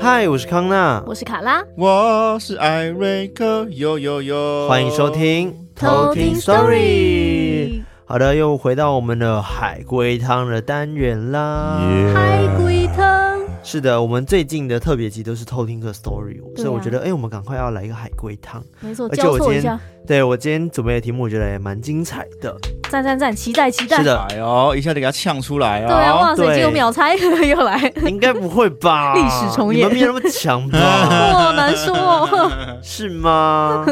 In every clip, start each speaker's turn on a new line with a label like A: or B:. A: 嗨，我是康纳，
B: 我是卡拉，
C: 我是艾瑞克，呦呦呦！
A: 欢迎收听
B: 偷听 Story
A: 好的，又回到我们的海龟汤的单元啦。
C: 耶
B: 海龟汤，
A: 是的，我们最近的特别集都是偷听个 story，、所
B: 对啊
A: 以我觉得，哎、我们赶快要来一个海龟汤。
B: 没错，
A: 而且
B: 交
A: 我今
B: 错一
A: 天
B: 下，
A: 对我今天准备的题目，我觉得也蛮精彩的。
B: 赞赞赞，期待期待。
A: 是的，
C: 哎呦，一下就给他呛出来哦！
B: 对啊，哇塞，
A: 对
B: 只有秒猜又来，
A: 应该不会吧？
B: 历史重
A: 你
B: 演
A: 们没有那么强吧？
B: 哇，难说 哦。
A: 是吗？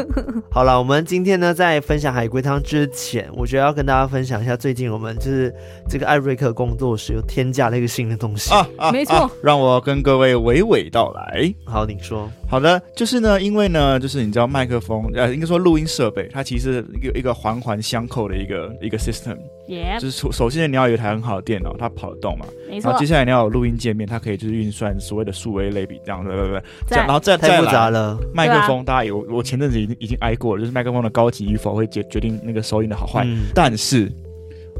A: 好了，我们今天呢，在分享海龟汤之前，我觉得要跟大家分享一下，最近我们就是这个艾瑞克工作室又添加了一个新的东西。
C: 啊啊
B: 没错
C: 啊让我跟各位娓娓道来。
A: 好，你说，
C: 好的，就是呢，因为呢，就是你知道麦克风，呃，应该说录音设备，它其实一个一个环环相扣的一个一个 system，
B: 耶
C: 就，是首首先你要有一台很好的电脑，它跑得动嘛，
B: 没
C: 然
B: 错
C: 后，接下来你要有录音界面，它可以就是运算所谓的数位类比这样，对对对，
B: 在
C: 这样
B: 啊
C: 然后再再
A: 太复
C: 来
A: 杂了。
C: 麦克风，大家有我前阵子已经已经挨过了，就是麦克风的高级与否会决决定那个收音的好坏。
A: 嗯
C: 但是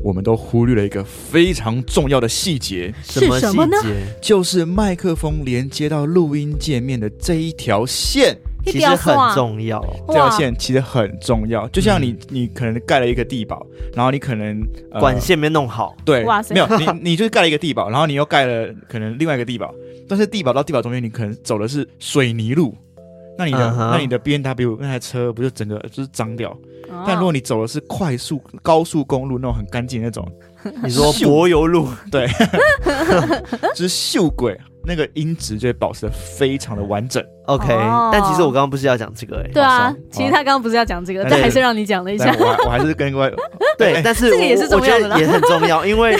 C: 我们都忽略了一个非常重要的细节，
A: 什么
B: 是
A: 细
B: 什么呢
A: 节？
C: 就是麦克风连接到录音界面的这一条线，
B: 一
A: 其
B: 定
A: 实
B: 要
A: 很
B: 哇
A: 重要。
C: 这条
B: 啊哇，
C: 线其实很重要。就像你，你可能盖了一个地堡，然后你可能、
A: 嗯
C: 呃
A: 管线没弄好，
C: 对，
B: 哇塞
C: 没有你，你就是盖了一个地堡，然后你又盖了可能另外一个地堡，但是地堡到地堡中间，你可能走的是水泥路，那你的、
A: 嗯哼
C: 那你的 B N W 那台车不就整个就是脏掉？
B: 哦
C: 但如果你走的是快速高速公路那种很干净的那种，
A: 你说柏油路，
C: 就是秀轨，那个音质就会保持的非常的完整。
A: OK，
B: 哦
A: 但其实我刚刚不是要讲这个哎、
B: 对啊
C: 好爽，哦
B: 其实他刚刚不是要讲这个，
C: 但
B: 但还
C: 是
B: 是让你讲了一下
C: 但。我还我还是跟各位，
A: 对，
C: 哎
A: 但是
B: 这个也是
A: 我我
B: 重要
A: 觉
B: 的啦
A: 得也很重 要，因为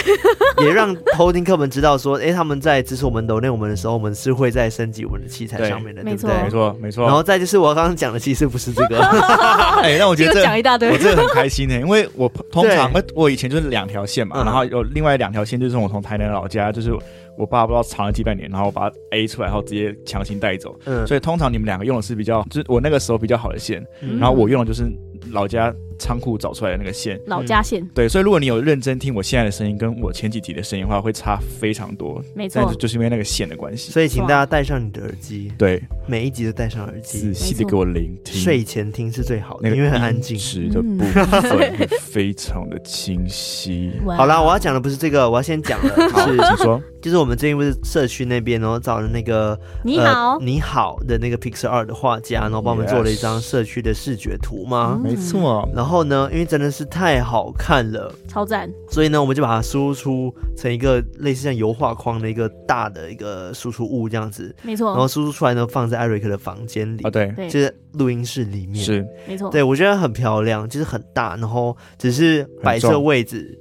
A: 也让偷听课们知道说，哎、他们在支持我们、抖内我们的时候，我们是会在升级我们的器材
C: 对
A: 上面的，
B: 没
A: 对不
B: 错
A: 对？
C: 没错没错。
A: 然 后再就是我刚刚讲的，其实不是这个，
C: 哎，让我觉
B: 结
C: 得
B: 果
C: 这
B: 讲一大堆
C: 我，真的很开心呢、欸因为我通
A: 对
C: 常我我以前就是两条线嘛，
A: 嗯
C: 然后有另外两条线就是我从台南老家，就是我爸不知道藏了几百年，然后我把它 A 出来，然后直接强行带走。
A: 嗯，
C: 所以通常你们两个用的是比较，就是我那个时候比较好的线，
A: 嗯
C: 然后我用的就是老家仓库找出来的那个线。
B: 老家线，
C: 对，所以如果你有认真听我现在的声音跟我前几集的声音的话，会差非常多，
B: 没
C: 但
B: 错
C: 是，就是因为那个线的关系。
A: 所以请大家戴上你的耳机，
C: 对，
A: 每一集都戴上耳
C: 仔
A: 机，
C: 细的给我聆听，
A: 睡前听是最好
C: 那
A: 的，
C: 个
A: 因为很安静
C: 音。质的部分会非常的清晰。
B: 哇
A: 好啦，我要讲的不是这个，我要先讲了，
C: 好，
A: 就是
C: 请说。
A: 就是我们最近不是社区那边，然后找了那个
B: 你
A: 呃
B: 好，
C: 嗯
A: 你好的那个 Pixel 二的画
C: Oh,
A: 家，然后帮我们做了一张
C: Yes
A: 社区的视觉图嘛。
B: 嗯
C: 没错，
A: 然后呢，因为真的是太好看了，
B: 超赞，
A: 所以呢，我们就把它输出成一个类似像油画框的一个大的一个输出物这样子，
B: 没
A: 然后
C: 哦
B: 错，
A: 输出出来呢，放在艾瑞克的房间里
C: 啊，，对，
B: 嗯哦对
A: 就，是录音室里面。
C: 是
B: 没错，
A: 对，我觉得很漂亮，就是很大，然后只是摆设
C: 重
A: 位置，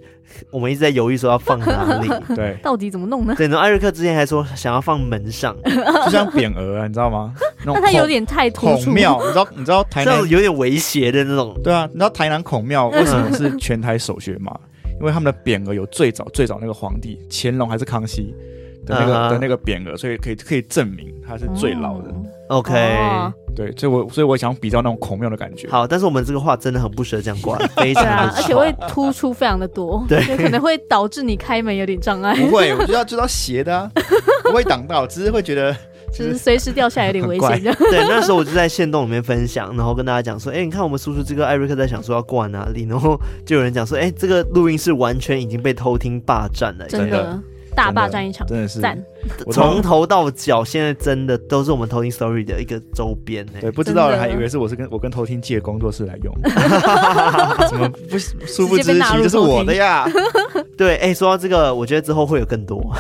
A: 我们一直在犹豫说要放哪
B: ，
A: 里。
C: 对
B: 到底怎么弄呢？
A: 对，然后艾瑞克之前还说想要放门 上，
C: 就像匾额啊，你知道吗？
B: 那
C: 那种
B: 它有
C: 孔
B: 点太突出
C: 孔，庙，你知道你知道台
A: 这
C: 南
A: 种有点威胁的那种。
C: 对啊，你知道台南孔庙
B: 嗯
C: 为什么是全台首选 吗？因为他们的匾额有最早最早那个皇帝乾隆还是康熙的那个、
B: 嗯
A: 啊哈
C: 的那个匾额，所以可以可以证明它是最老的。
B: 哦
A: OK，、
B: 哦
C: 对，所以我所以我想比较那种孔庙的感觉。
A: 好，但是我们这个话真的很不适合这样挂， 非
B: 对
A: 常
B: 啊
A: 的，
B: 而且会突出非常的多，
A: 对
B: 所以可能会导致你开门有点障 碍，
C: 不会，我就要知道斜的、 啊，不会挡到，只是会觉得
B: 就是随时掉下来有点危
C: 很怪
B: 险这样。
A: 对，那时候我就在线洞里面分享，然后跟大家讲说，哎、你看我们叔叔这个艾瑞克在想说要挂哪里，然后就有人讲说，哎、这个录音室完全已经被偷听霸占了，
B: 真
C: 真
B: 的
C: 的
B: 大霸占一场，
C: 真的是
B: 赞！
C: 我都
A: 从头到脚，现在真的都是我们偷听 story 的一个周边欸呢、
C: 对，不知道的人还
B: 真
C: 以
B: 的
C: 为是我是跟我跟偷听借工作室来 用，怎么不殊不
B: 直接被
C: 知
B: 纳
C: 其
B: 入
C: 实是
B: 偷听
C: 我的呀？
A: 对，哎、说到这个，我觉得之后会有更多。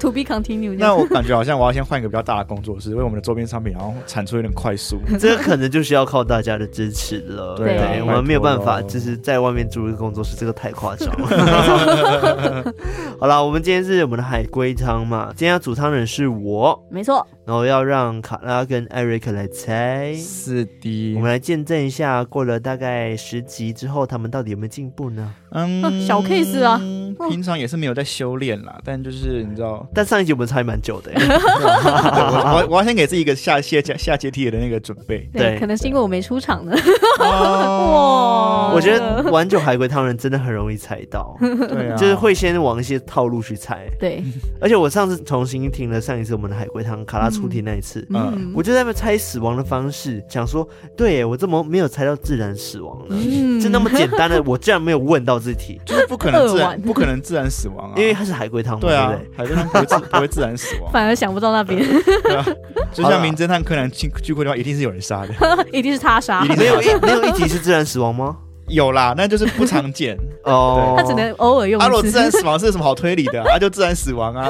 B: To be continue，这
C: 那
B: 样
C: 我感觉好像我要先换一个比较大的工作室，为我们的周边商品然后产出有点快速。
A: 这个可能就需要靠大家的支持了。
C: 对
B: 啊
A: 我们没有办
C: 拜
A: 法，
C: 托
A: 就是在外面租一个工作室，这个太夸 张 了。好了，我们今天是我们的海龟汤嘛，今天要煮汤的人是我，
B: 没错，
A: 然后要让卡拉跟艾瑞克来猜。
C: 是的
A: 我们来见证一下，过了大概十集之后，他们到底有没有进步呢？，
C: 嗯
B: 小 case 啊，
C: 们平常也是没有在修炼啦，但就是你知道
A: 但上一集我们猜蛮久的欸，
C: 对我我我要先给自己一个下下下下阶梯的那个准 备。
A: 对
B: 可能是因为我没出场呢。
C: 哦
B: 哇
A: 我觉得玩酒海龟汤人真的很容易猜 到，
C: 对啊，
A: 就是会先往一些套路去猜。
B: 对，
A: 而且我上次重新听了上一次我们的海龟汤卡拉出题那一次，
C: 嗯
A: 我就在那边猜死亡的方式，想说，对耶我怎么没有猜到自然死亡呢？
B: 嗯
A: 就那么简单的，我竟然没有 问到这题，
C: 就是不可能自
B: 二
C: 然
B: 晚
C: 不可能自然死亡啊，
A: 因为它是海龟汤嘛，
C: 对
A: 对
C: 啊
A: 不对？，
C: 海龟汤不会自 不会自然死亡，
B: 反而想不到那边
C: 对啊，就
A: 好
C: 像
A: 啦
C: 名侦探柯南去去过的地方，一定是有人杀的，
B: 一定是他杀
C: 一，定
A: 没有一没有一题是自然死亡吗？
C: 有啦，那就是不 常见。
A: 哦，
B: 他只能偶尔用
C: 阿罗
B: 一
C: 自
B: 次
C: 然。死亡是有什么好推理的 啊？啊就自然死 亡啊，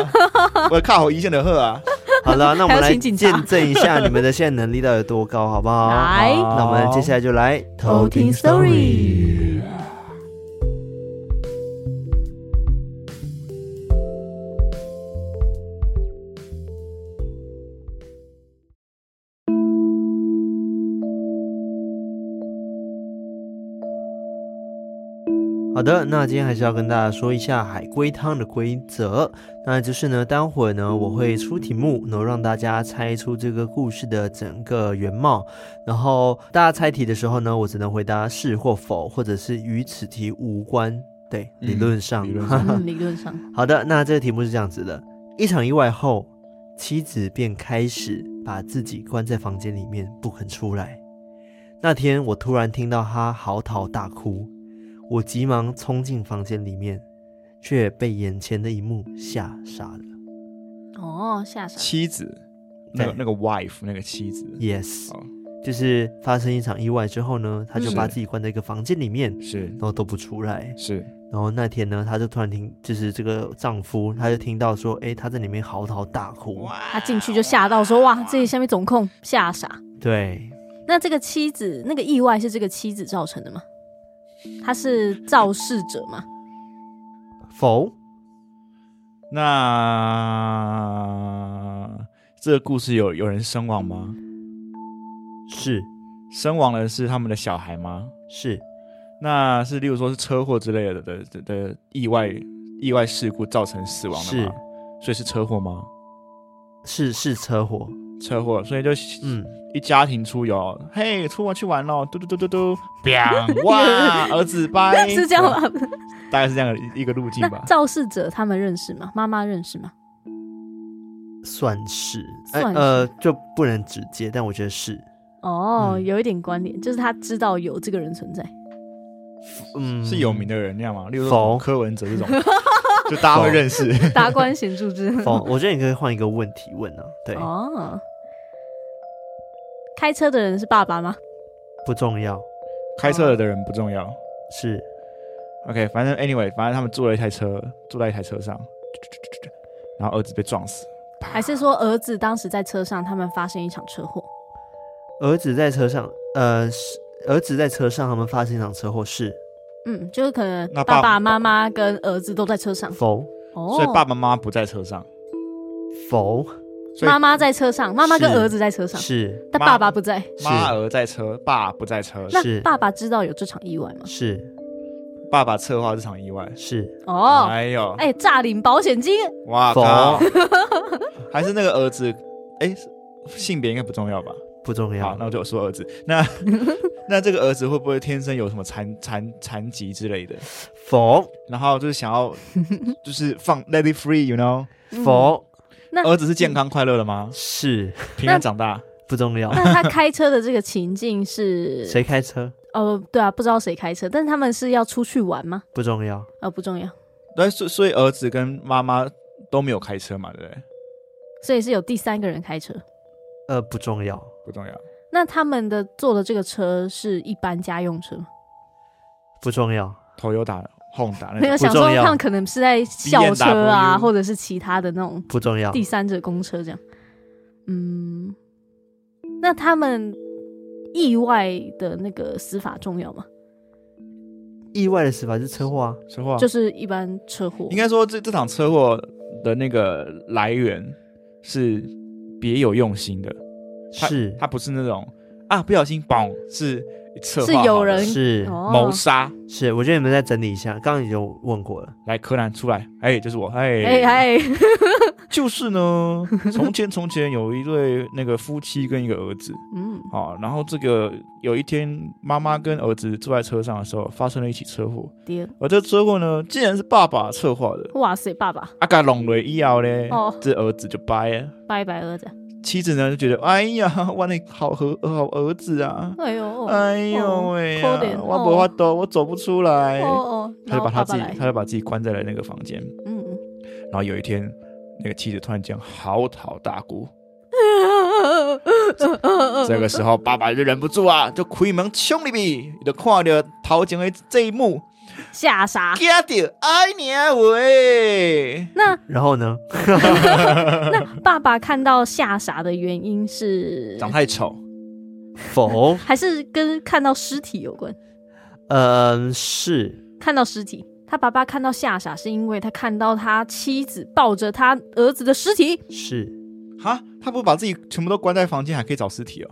C: 我靠好一线的鹤啊，
A: 好 了，那我们
B: 还要
A: 来
B: 请警察
A: 见证一下你们的现在能力到底有多高，好不好？
B: 来
C: 好
A: 那我们接下来就来
B: 偷听 story
A: 好的，那今天还是要跟大家说一下海龟汤的规则。那就是呢，待会呢我会出题目，然后让大家猜出这个故事的整个原貌。然后大家猜题的时候呢，我只能回答是或否，或者是与此题无关。对，
C: 嗯
A: 理论上。
C: 理论上
B: 嗯，理论上，
A: 好的，那这个题目是这样子的：一场意外后，妻子便开始把自己关在房间里面不肯出来。那天我突然听到她嚎啕大哭，我急忙冲进房间里面，却被眼前的一幕吓傻了。
B: 哦，吓傻，
C: 妻子，那个
A: 对
C: 那个 wife 那个妻子，
A: Yes，
C: 哦
A: 就是发生一场意外之后呢，她就把
C: 是
A: 自己关在一个房间里面，
C: 是
A: 然后都不出来。
C: 是，
A: 然后那天呢，她就突然听，就是这个丈夫，他就听到说，诶，她在里面嚎啕大哭。
B: 他进去就吓到说哇，这里下面总控吓傻。
A: 对，
B: 那这个妻子那个意外是这个妻子造成的吗？他是肇事者吗？
A: 否？
C: 那这个故事有有人身亡吗？
A: 是
C: 身亡的是他们的小孩吗？
A: 是
C: 那是例如说是车祸之类的的的的意外意外事故造成死亡的吗？所以是车祸吗？
A: 是是车祸，
C: 车祸，所以就
A: 嗯，
C: 一家庭出游，嘿，出门去玩喽，嘟嘟嘟嘟嘟， 砰，哇，儿子拜，
B: 是这样吗？
C: 大概是这样的一一个路径
B: 那
C: 吧。
B: 肇事者他们认识吗？妈妈认识吗？
A: 算是，哎
B: 算是
A: 呃，就不能直接，但我觉得是，
B: 哦，
A: 嗯
B: 有一点关联，就是他知道有这个人存在。
A: 嗯，
C: 是有名的人那样吗？例如
A: 否
C: 说柯文哲这种，就大家会认识。
B: 达官显著 之。
A: 否？我觉得你可以换一个问题问啊，对，
B: 哦，开车的人是爸爸吗？
A: 不重要，
C: 开车的人不重要。
A: 是
C: OK，反正 anyway，反正他们坐了一台车，坐在一台车上，然后儿子被撞死。
B: 还是说儿子当时在车上，他们发生一场车祸？
A: 儿子在车上，呃，是儿子在车上，他们发生一场车祸，是
B: 嗯，就是可能
C: 那爸
B: 爸爸妈妈跟儿子都在车上。
A: 否？
B: 哦，
C: 所以爸爸妈妈不在车上，
A: 否
C: 所以
B: 妈妈在车上，妈妈跟
A: 是
B: 儿子在车上，
A: 是
B: 但
C: 妈
B: 爸爸不在。
A: 是
C: 妈儿在车，爸不在车，
A: 是
B: 那爸爸知道有这场意外吗？
A: 是
C: 爸爸策划这场意外。
A: 是
B: 哦，
C: 哎呦，
B: 哎，诈领保险金，
A: 哦
C: 哇
A: 否
C: 靠！还是那个儿子，哎，性别应该不重要吧？
A: 不重
C: 好
A: 要，，
C: 那我就说儿子。 那那这个儿子会不会天生有什么残残残疾之类的？
A: 否
C: 然后就是想 要，就是放 let it free，you know？
B: 嗯
A: 否
B: 那
C: 儿子是健康快乐的吗？
A: 是
C: 平安长大。
A: 不重 要，
B: 那他开车的这个情境是？
A: 谁开车
B: 哦，对啊，不知道谁开车，但是他们是要出去玩吗？
A: 不重要，
B: 呃，不重要，
C: 对，所以所以儿子跟妈妈都没有开车嘛，对不对？
B: 所以是有第三个人开车。
A: 呃，不重要，
C: 不重要。
B: 那他们的坐的这个车是一般家用车吗，
A: 不重要，
C: Toyota、Honda 那
B: 没有
C: 种
A: 哎不重
B: 想
A: 要
B: 说他们可能是在校车啊，或者是其他的那种
A: 不重要，
B: 第三者公车这样。嗯，那他们意外的那个死法重要吗？
A: 意外的死法是车祸啊，
C: 车祸啊，
B: 就是一般车祸
C: 应，该说这这场车祸的那个来源是别有用心的，他
A: 是
C: 他不是那种啊不小心嘣，是策划
B: 是
C: 好
B: 有
C: 了
B: 人
A: 是
B: 哦
C: 谋杀，
A: 是，我觉得你们再整理一下，刚刚已经问过了，
C: 来柯南出来，哎，就是我，哎，
B: 哎 哎，
C: 就是呢，从前从前有一对那个夫妻跟一个儿子，
B: 嗯，
C: 啊，然后这个有一天妈妈跟儿子坐在车上的时候发生了一起车祸，
B: 爹，
C: 而这车祸呢，竟然是爸爸策划的，
B: 哇塞，爸爸，
C: 啊，嘎弄了以后嘞，
B: 哦，
C: 这儿子就掰了。
B: 拜拜儿子，
C: 妻子呢就觉得，哎呀， 我的好儿好儿子啊，
B: 哎呦，哦
C: 哎呦喂、
B: 哦
C: 啊
B: 可怜，
C: 我没法走，我走不出来。
B: 哦哦，
C: 哎
B: 然
C: 他
B: 后
C: 就把他
B: 爸
C: 自
B: 爸
C: 己，
B: 来，
C: 他就把自己关在了那个房间。
B: 嗯，
C: 然后有一天，那个妻子突然间嚎啕大哭，
B: 呃嗯
C: 这个时候爸爸就忍不住啊，就开门冲入去，就看到头前的这一幕，
B: 吓傻。
C: 惊到哎娘喂！
B: 那
A: 然后呢？
B: 爸爸看到吓傻的原因是，
C: 长太丑，
A: 否，
B: 还是跟看到尸体有关？
A: 嗯、是
B: 看到尸体，他爸爸看到吓傻，是因为他看到他妻子抱着他儿子的尸体。
A: 是，
C: 哈，他不把自己全部都关在房间，还可以找尸体哦。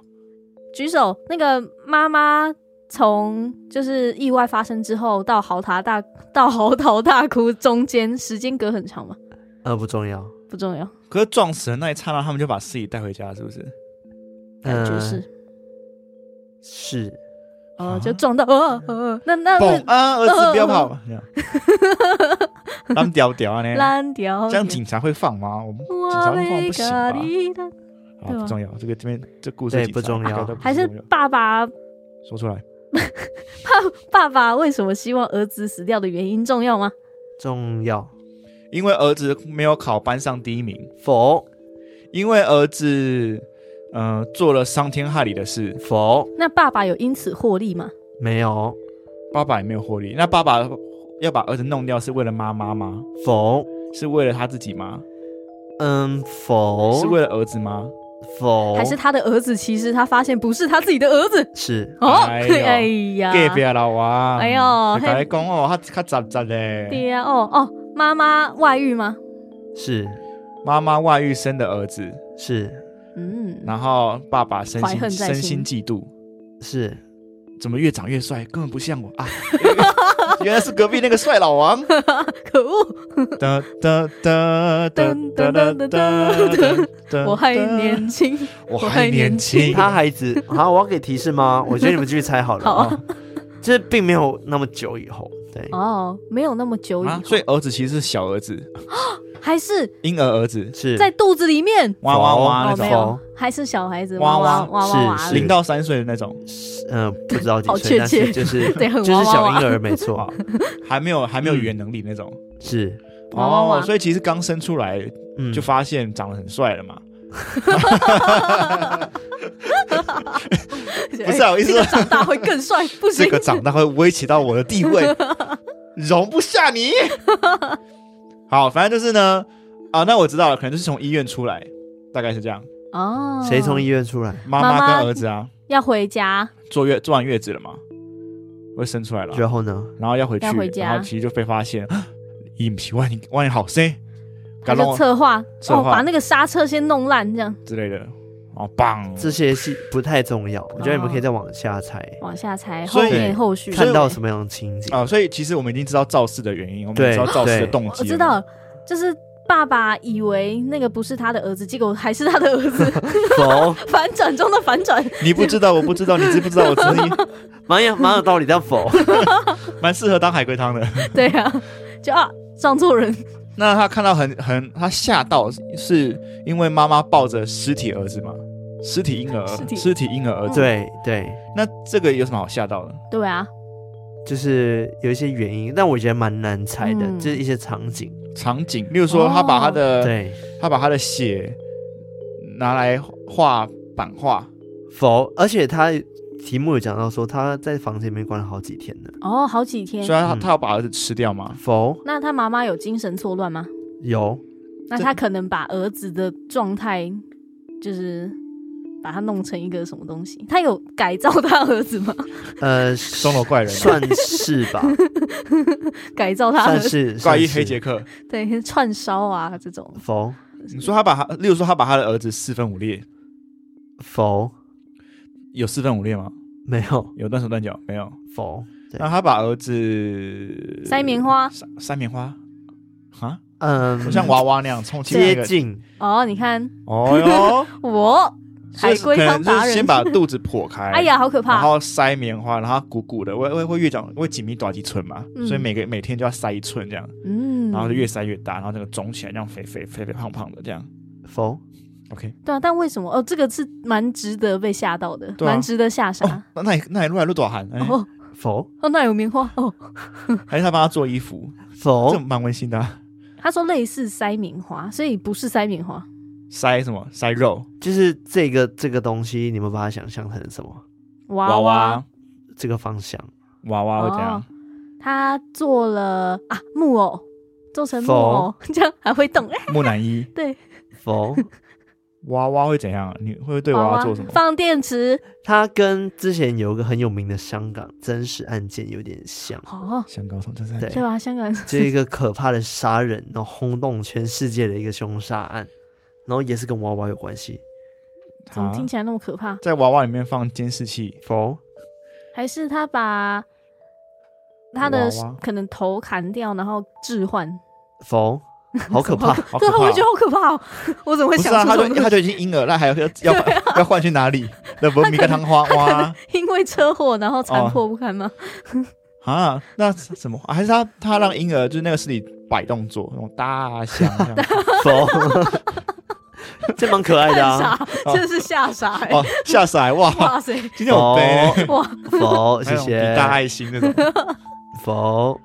B: 举手，那个妈妈从就是意外发生之后到嚎啕大到嚎啕大哭中间时间隔很长嘛，
A: 呃，不重要，
B: 不重要，
C: 可是撞死的那一刹那，他们就把尸体带回家，是不是？
B: 感觉
A: 嗯
B: 是、
A: 是，
B: 哦，就撞到呃呃呃，那那
C: 嘣
B: 那
C: 啊，儿子不要跑，
B: 嗯
C: 这样，他们屌屌啊呢？
B: 烂掉，
C: 这样警察会放吗？我们
B: 我
C: 警察会放
B: 被
C: 不行
B: 咖
C: 吧？
B: 喱的
C: 啊，
B: 对啊
C: 不重要，这个这边这故事
A: 对
C: 警察
A: 不重要
C: 应该都不
B: 还是
C: 重要
B: 爸爸
C: 说出来，
B: 爸爸为什么希望儿子死掉的原因重要吗？
A: 重要，
C: 因为儿子没有考班上第一名。
A: 否
C: 因为儿子，呃，做了伤天害理的事，
A: 否
B: 那爸爸有因此获利吗？
A: 没有
C: 爸爸也没有获利。那爸爸要把儿子弄掉，是为了妈妈吗？
A: 否，
C: 是为了他自己吗？
A: 嗯否
C: 是为了儿子吗？
A: 否
B: 还是他的儿子其实他发现不是他自己的儿子
A: 是
B: 哦？
C: 哎呦
B: 哎呀，
C: 隔壁老王，
B: 哎呦
C: 就跟你讲哦，他他杂杂嘞，
B: 对呀、哦哦，妈妈外遇吗？
A: 是
C: 妈妈外遇生的儿子，
A: 是
B: 嗯，
C: 然后爸爸身
B: 怀
C: 心
B: 恨在
C: 身
B: 心
C: 心嫉妒，
A: 是
C: 怎么越长越帅，根本不像我啊！ 原来是隔壁那个帅老王。
B: 可恶，
C: 哒哒哒哒哒哒哒哒哒，
B: 我还年轻。
C: 我还年轻，
A: 他孩子 啊，我要给提示吗？我觉得你们继续猜好了，
B: 好
A: 啊，这并没有那么久以后，对，
B: 哦，没有那么久以后，
C: 啊，所以儿子其实是小儿子，
B: 还是
C: 婴儿儿子，
A: 是
B: 在肚子里面。
C: 哇哇哇那
B: 哦，没
C: 种，
B: 有
A: 否，
B: 还是小孩子
C: 哇
B: 哇
C: 哇
B: 哇哇哇哇
A: 是
B: 的
A: 是
C: 零到三岁的那种，
A: 嗯、不知道几
B: 好
A: 岁，
B: 确
A: 但
B: 切
A: 是就是
B: 对，很
A: 就
B: 娃
A: 是
B: 娃
A: 小
B: 娃。
A: 婴儿没
C: 哇
A: 错，
C: 还没有还没有语言能力那种。
A: 是
B: 嗯娃娃
C: 哦
B: 娃，
C: 所以其实刚生出来
A: 嗯
C: 就发现长得很帅了嘛。不是啊我意思
B: 这个长大会更帅，不
C: 这
B: 行
C: 个。长大会威胁到我的地位，容不下你。好，反正就是呢，啊，那我知道了，可能就是从医院出来，大概是这样。
B: 哦，
A: 谁从医院出来？
C: 妈
B: 妈妈
C: 跟儿子啊，
B: 要回家？
C: 坐月坐完月子了嘛，会生出来了，
A: 然后呢？
C: 然后要回去，
B: 要回家
C: 然后其实就被发现，伊不是万一万一好生，
B: 他
C: 搞
B: 就
C: 弄
B: 策划
C: 策
B: 哦，
C: 划
B: 把那个刹车先弄烂，这样
C: 之类的，然后棒，
A: 这些是不太重要，我觉得你们可以再往下猜，
B: 往下猜，后
C: 所以
B: 面后续
A: 看到什
B: 么？
A: 么样的情 景。
C: 啊，所以其实我们已经知道肇事的原因，我们
A: 对
C: 也知道肇事的
A: 对
C: 动
B: 我
C: 机了，
B: 知道了，就是爸爸以为那个不是他的儿子，结果还是他的儿子，
A: 否，
B: 反转中的反转。
C: 你不知道，我不知道，你知不知道？我知道你
A: 蛮有蛮有道理，但否
C: 蛮适合当海龟汤的。
B: 对啊，就啊撞错人，
C: 那他看到很很，他吓到，是因为妈妈抱着尸体儿子嘛？尸体婴儿
B: 尸，体
C: 尸体婴儿儿 子。
A: 对对，
C: 那这个有什么好吓到的？
B: 对啊，
A: 就是有一些原因，但我觉得蛮难猜的，
B: 嗯
A: 就是一些场景。
C: 场景，例如说，
A: 哦
C: 他把他的、
A: 对，
C: 他把他的血拿来画版画，
A: 否，而且他题目有讲到说他在房间里面关了好几天呢。
B: 哦，好几天
C: 所以。他、
A: 嗯
C: 他要把儿子吃掉嘛？
A: 否，
B: 那他妈妈有精神错乱吗？
A: 有
B: 那
C: 这
B: 他可能把儿子的状态，就是把他弄成一个什么东西？他有改造他儿子吗？
A: 呃，
C: 钟楼怪人、
A: 算是吧，
B: 改造他儿
A: 算
B: 子，
A: 是
C: 怪医
A: 算是
C: 黑杰克。
B: 对，串烧啊这种。
A: 否
C: 你说他把他，例如说他把他的儿子四分五裂，
A: 否
C: 有四分五裂吗？
A: 没有
C: 有断手断脚没有？
A: 否？对
C: 那他把儿子
B: 塞棉花
C: 塞塞棉花 啊，
A: 嗯，
C: 就像娃娃那样充气那
A: 接
C: 个。
A: 近，
B: 哦，你看
C: 哦哟，
B: 我，海
C: 所以
B: 龟
C: 可
B: 汤
C: 能就
B: 达
C: 是
B: 人
C: 先把肚子破开，
B: 哎，呀，好可
C: 然
B: 怕！
C: 后塞棉花，然后鼓鼓的，会会会越长会紧密短几寸嘛，
B: 嗯
C: 所以每个每天就要塞一寸这样，
B: 嗯，
C: 然后就越塞越大，然后那个肿起来，这样肥肥肥肥胖胖的这样。
A: 否？
C: OK，
B: 对啊，但为什么？哦，这个是蛮值得被吓到的，
C: 对啊
B: 蛮值得吓傻。
C: 那那你那你录来录多少汗？哎
B: 哦
A: 否？
B: 哦，那有棉花哦。
C: 还是他帮他做衣服，这
A: 否？
C: 蛮温馨的啊。
B: 他说类似塞棉花，所以不是塞棉花，
C: 塞什么？塞肉
A: 就是这个这个东西，你们把它想象成什么？
B: 娃
C: 娃
A: 这个方向？
C: 娃娃会这样
B: 哦？他做了啊木偶，做成木偶， 这样还会动。哎
C: 木乃伊
A: 否？
C: 娃娃会怎样？你会对娃娃做什么？
B: 哎啊放电池
A: 它跟之前有一个很有名的香港真实案件有点像，
B: 哦，
C: 香港什么？这是
A: 对
B: 对吧？香港
C: 哎
B: 人
A: 这一个可怕的杀人，然后轰动全世界的一个凶杀案，然后也是跟娃娃有关系。
B: 怎么 听
C: 啊
B: 起来那么可怕？
C: 在娃娃里面放监视器，
A: 否？
B: 还是他把他的
C: 娃娃
B: 可能头砍掉，然后置换？
A: 否？好可 怕！
C: 好
B: 对
C: 可
B: 啊，我
C: 怕
B: 觉得
C: 哦！
B: 好可怕哦！ 我怎么会
C: 不是啊，
B: 想出
C: 他
B: 这
C: 就
B: 种
C: 他就已经婴儿，那还要要
B: 啊
C: 要要换去哪里？那不米个汤花哇
B: 因为车祸然后残破不堪吗？
C: 哦啊？那是什么？啊还是他他让婴儿就是那个是你摆动作那种大象这样
A: 否？这蛮可爱的
B: 吓
A: 啊！
B: 傻，真是吓傻哎！
C: 哎哦，吓死来哇！
B: 哇塞，
C: 今天我背欸
B: 哇，
A: 否？哦
C: 还
A: 谢
C: 有比
A: 谢。
C: 大爱心这种，
A: 否？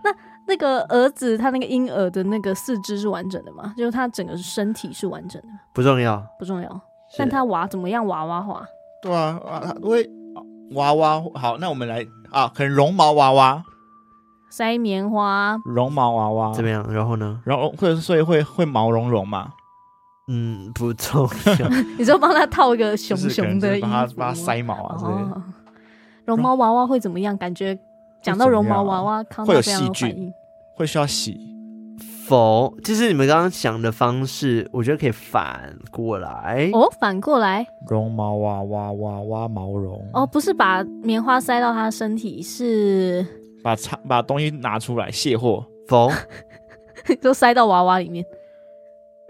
B: 那个儿子他那个婴儿的那个四肢是完整的吗？就是他整个身体是完整的，
A: 不重要。
B: 不重要。
A: 是
B: 但他娃怎么样？娃娃化
C: 对啊，啊他会啊娃娃好，那我们来啊，可能绒毛娃娃，
B: 塞棉花，
C: 绒毛娃娃
A: 怎么样？然后呢？
C: 然后或者是所以会会毛茸茸嘛，
A: 嗯，不重 要。
B: 你就帮他套一个
C: 就
B: 熊
C: 是可
B: 熊
C: 能就
B: 的
C: 是
B: 衣
C: 帮
B: 服
C: 它
B: 吗，
C: 帮它塞毛啊之类的。
B: 哦。绒毛娃娃会怎么样？感觉讲到绒毛娃娃，康
C: 啊会有
B: 纳非常
C: 细
B: 有
C: 菌
B: 反应。
C: 会需要洗
A: 否？就是你们刚刚想的方式，我觉得可以反过来。
B: 哦，反过来
C: 绒毛娃娃娃娃毛绒
B: 哦，，不是把棉花塞到他身体，是
C: 把擦把东西拿出来卸货，
A: 否？
B: 就塞到娃娃里面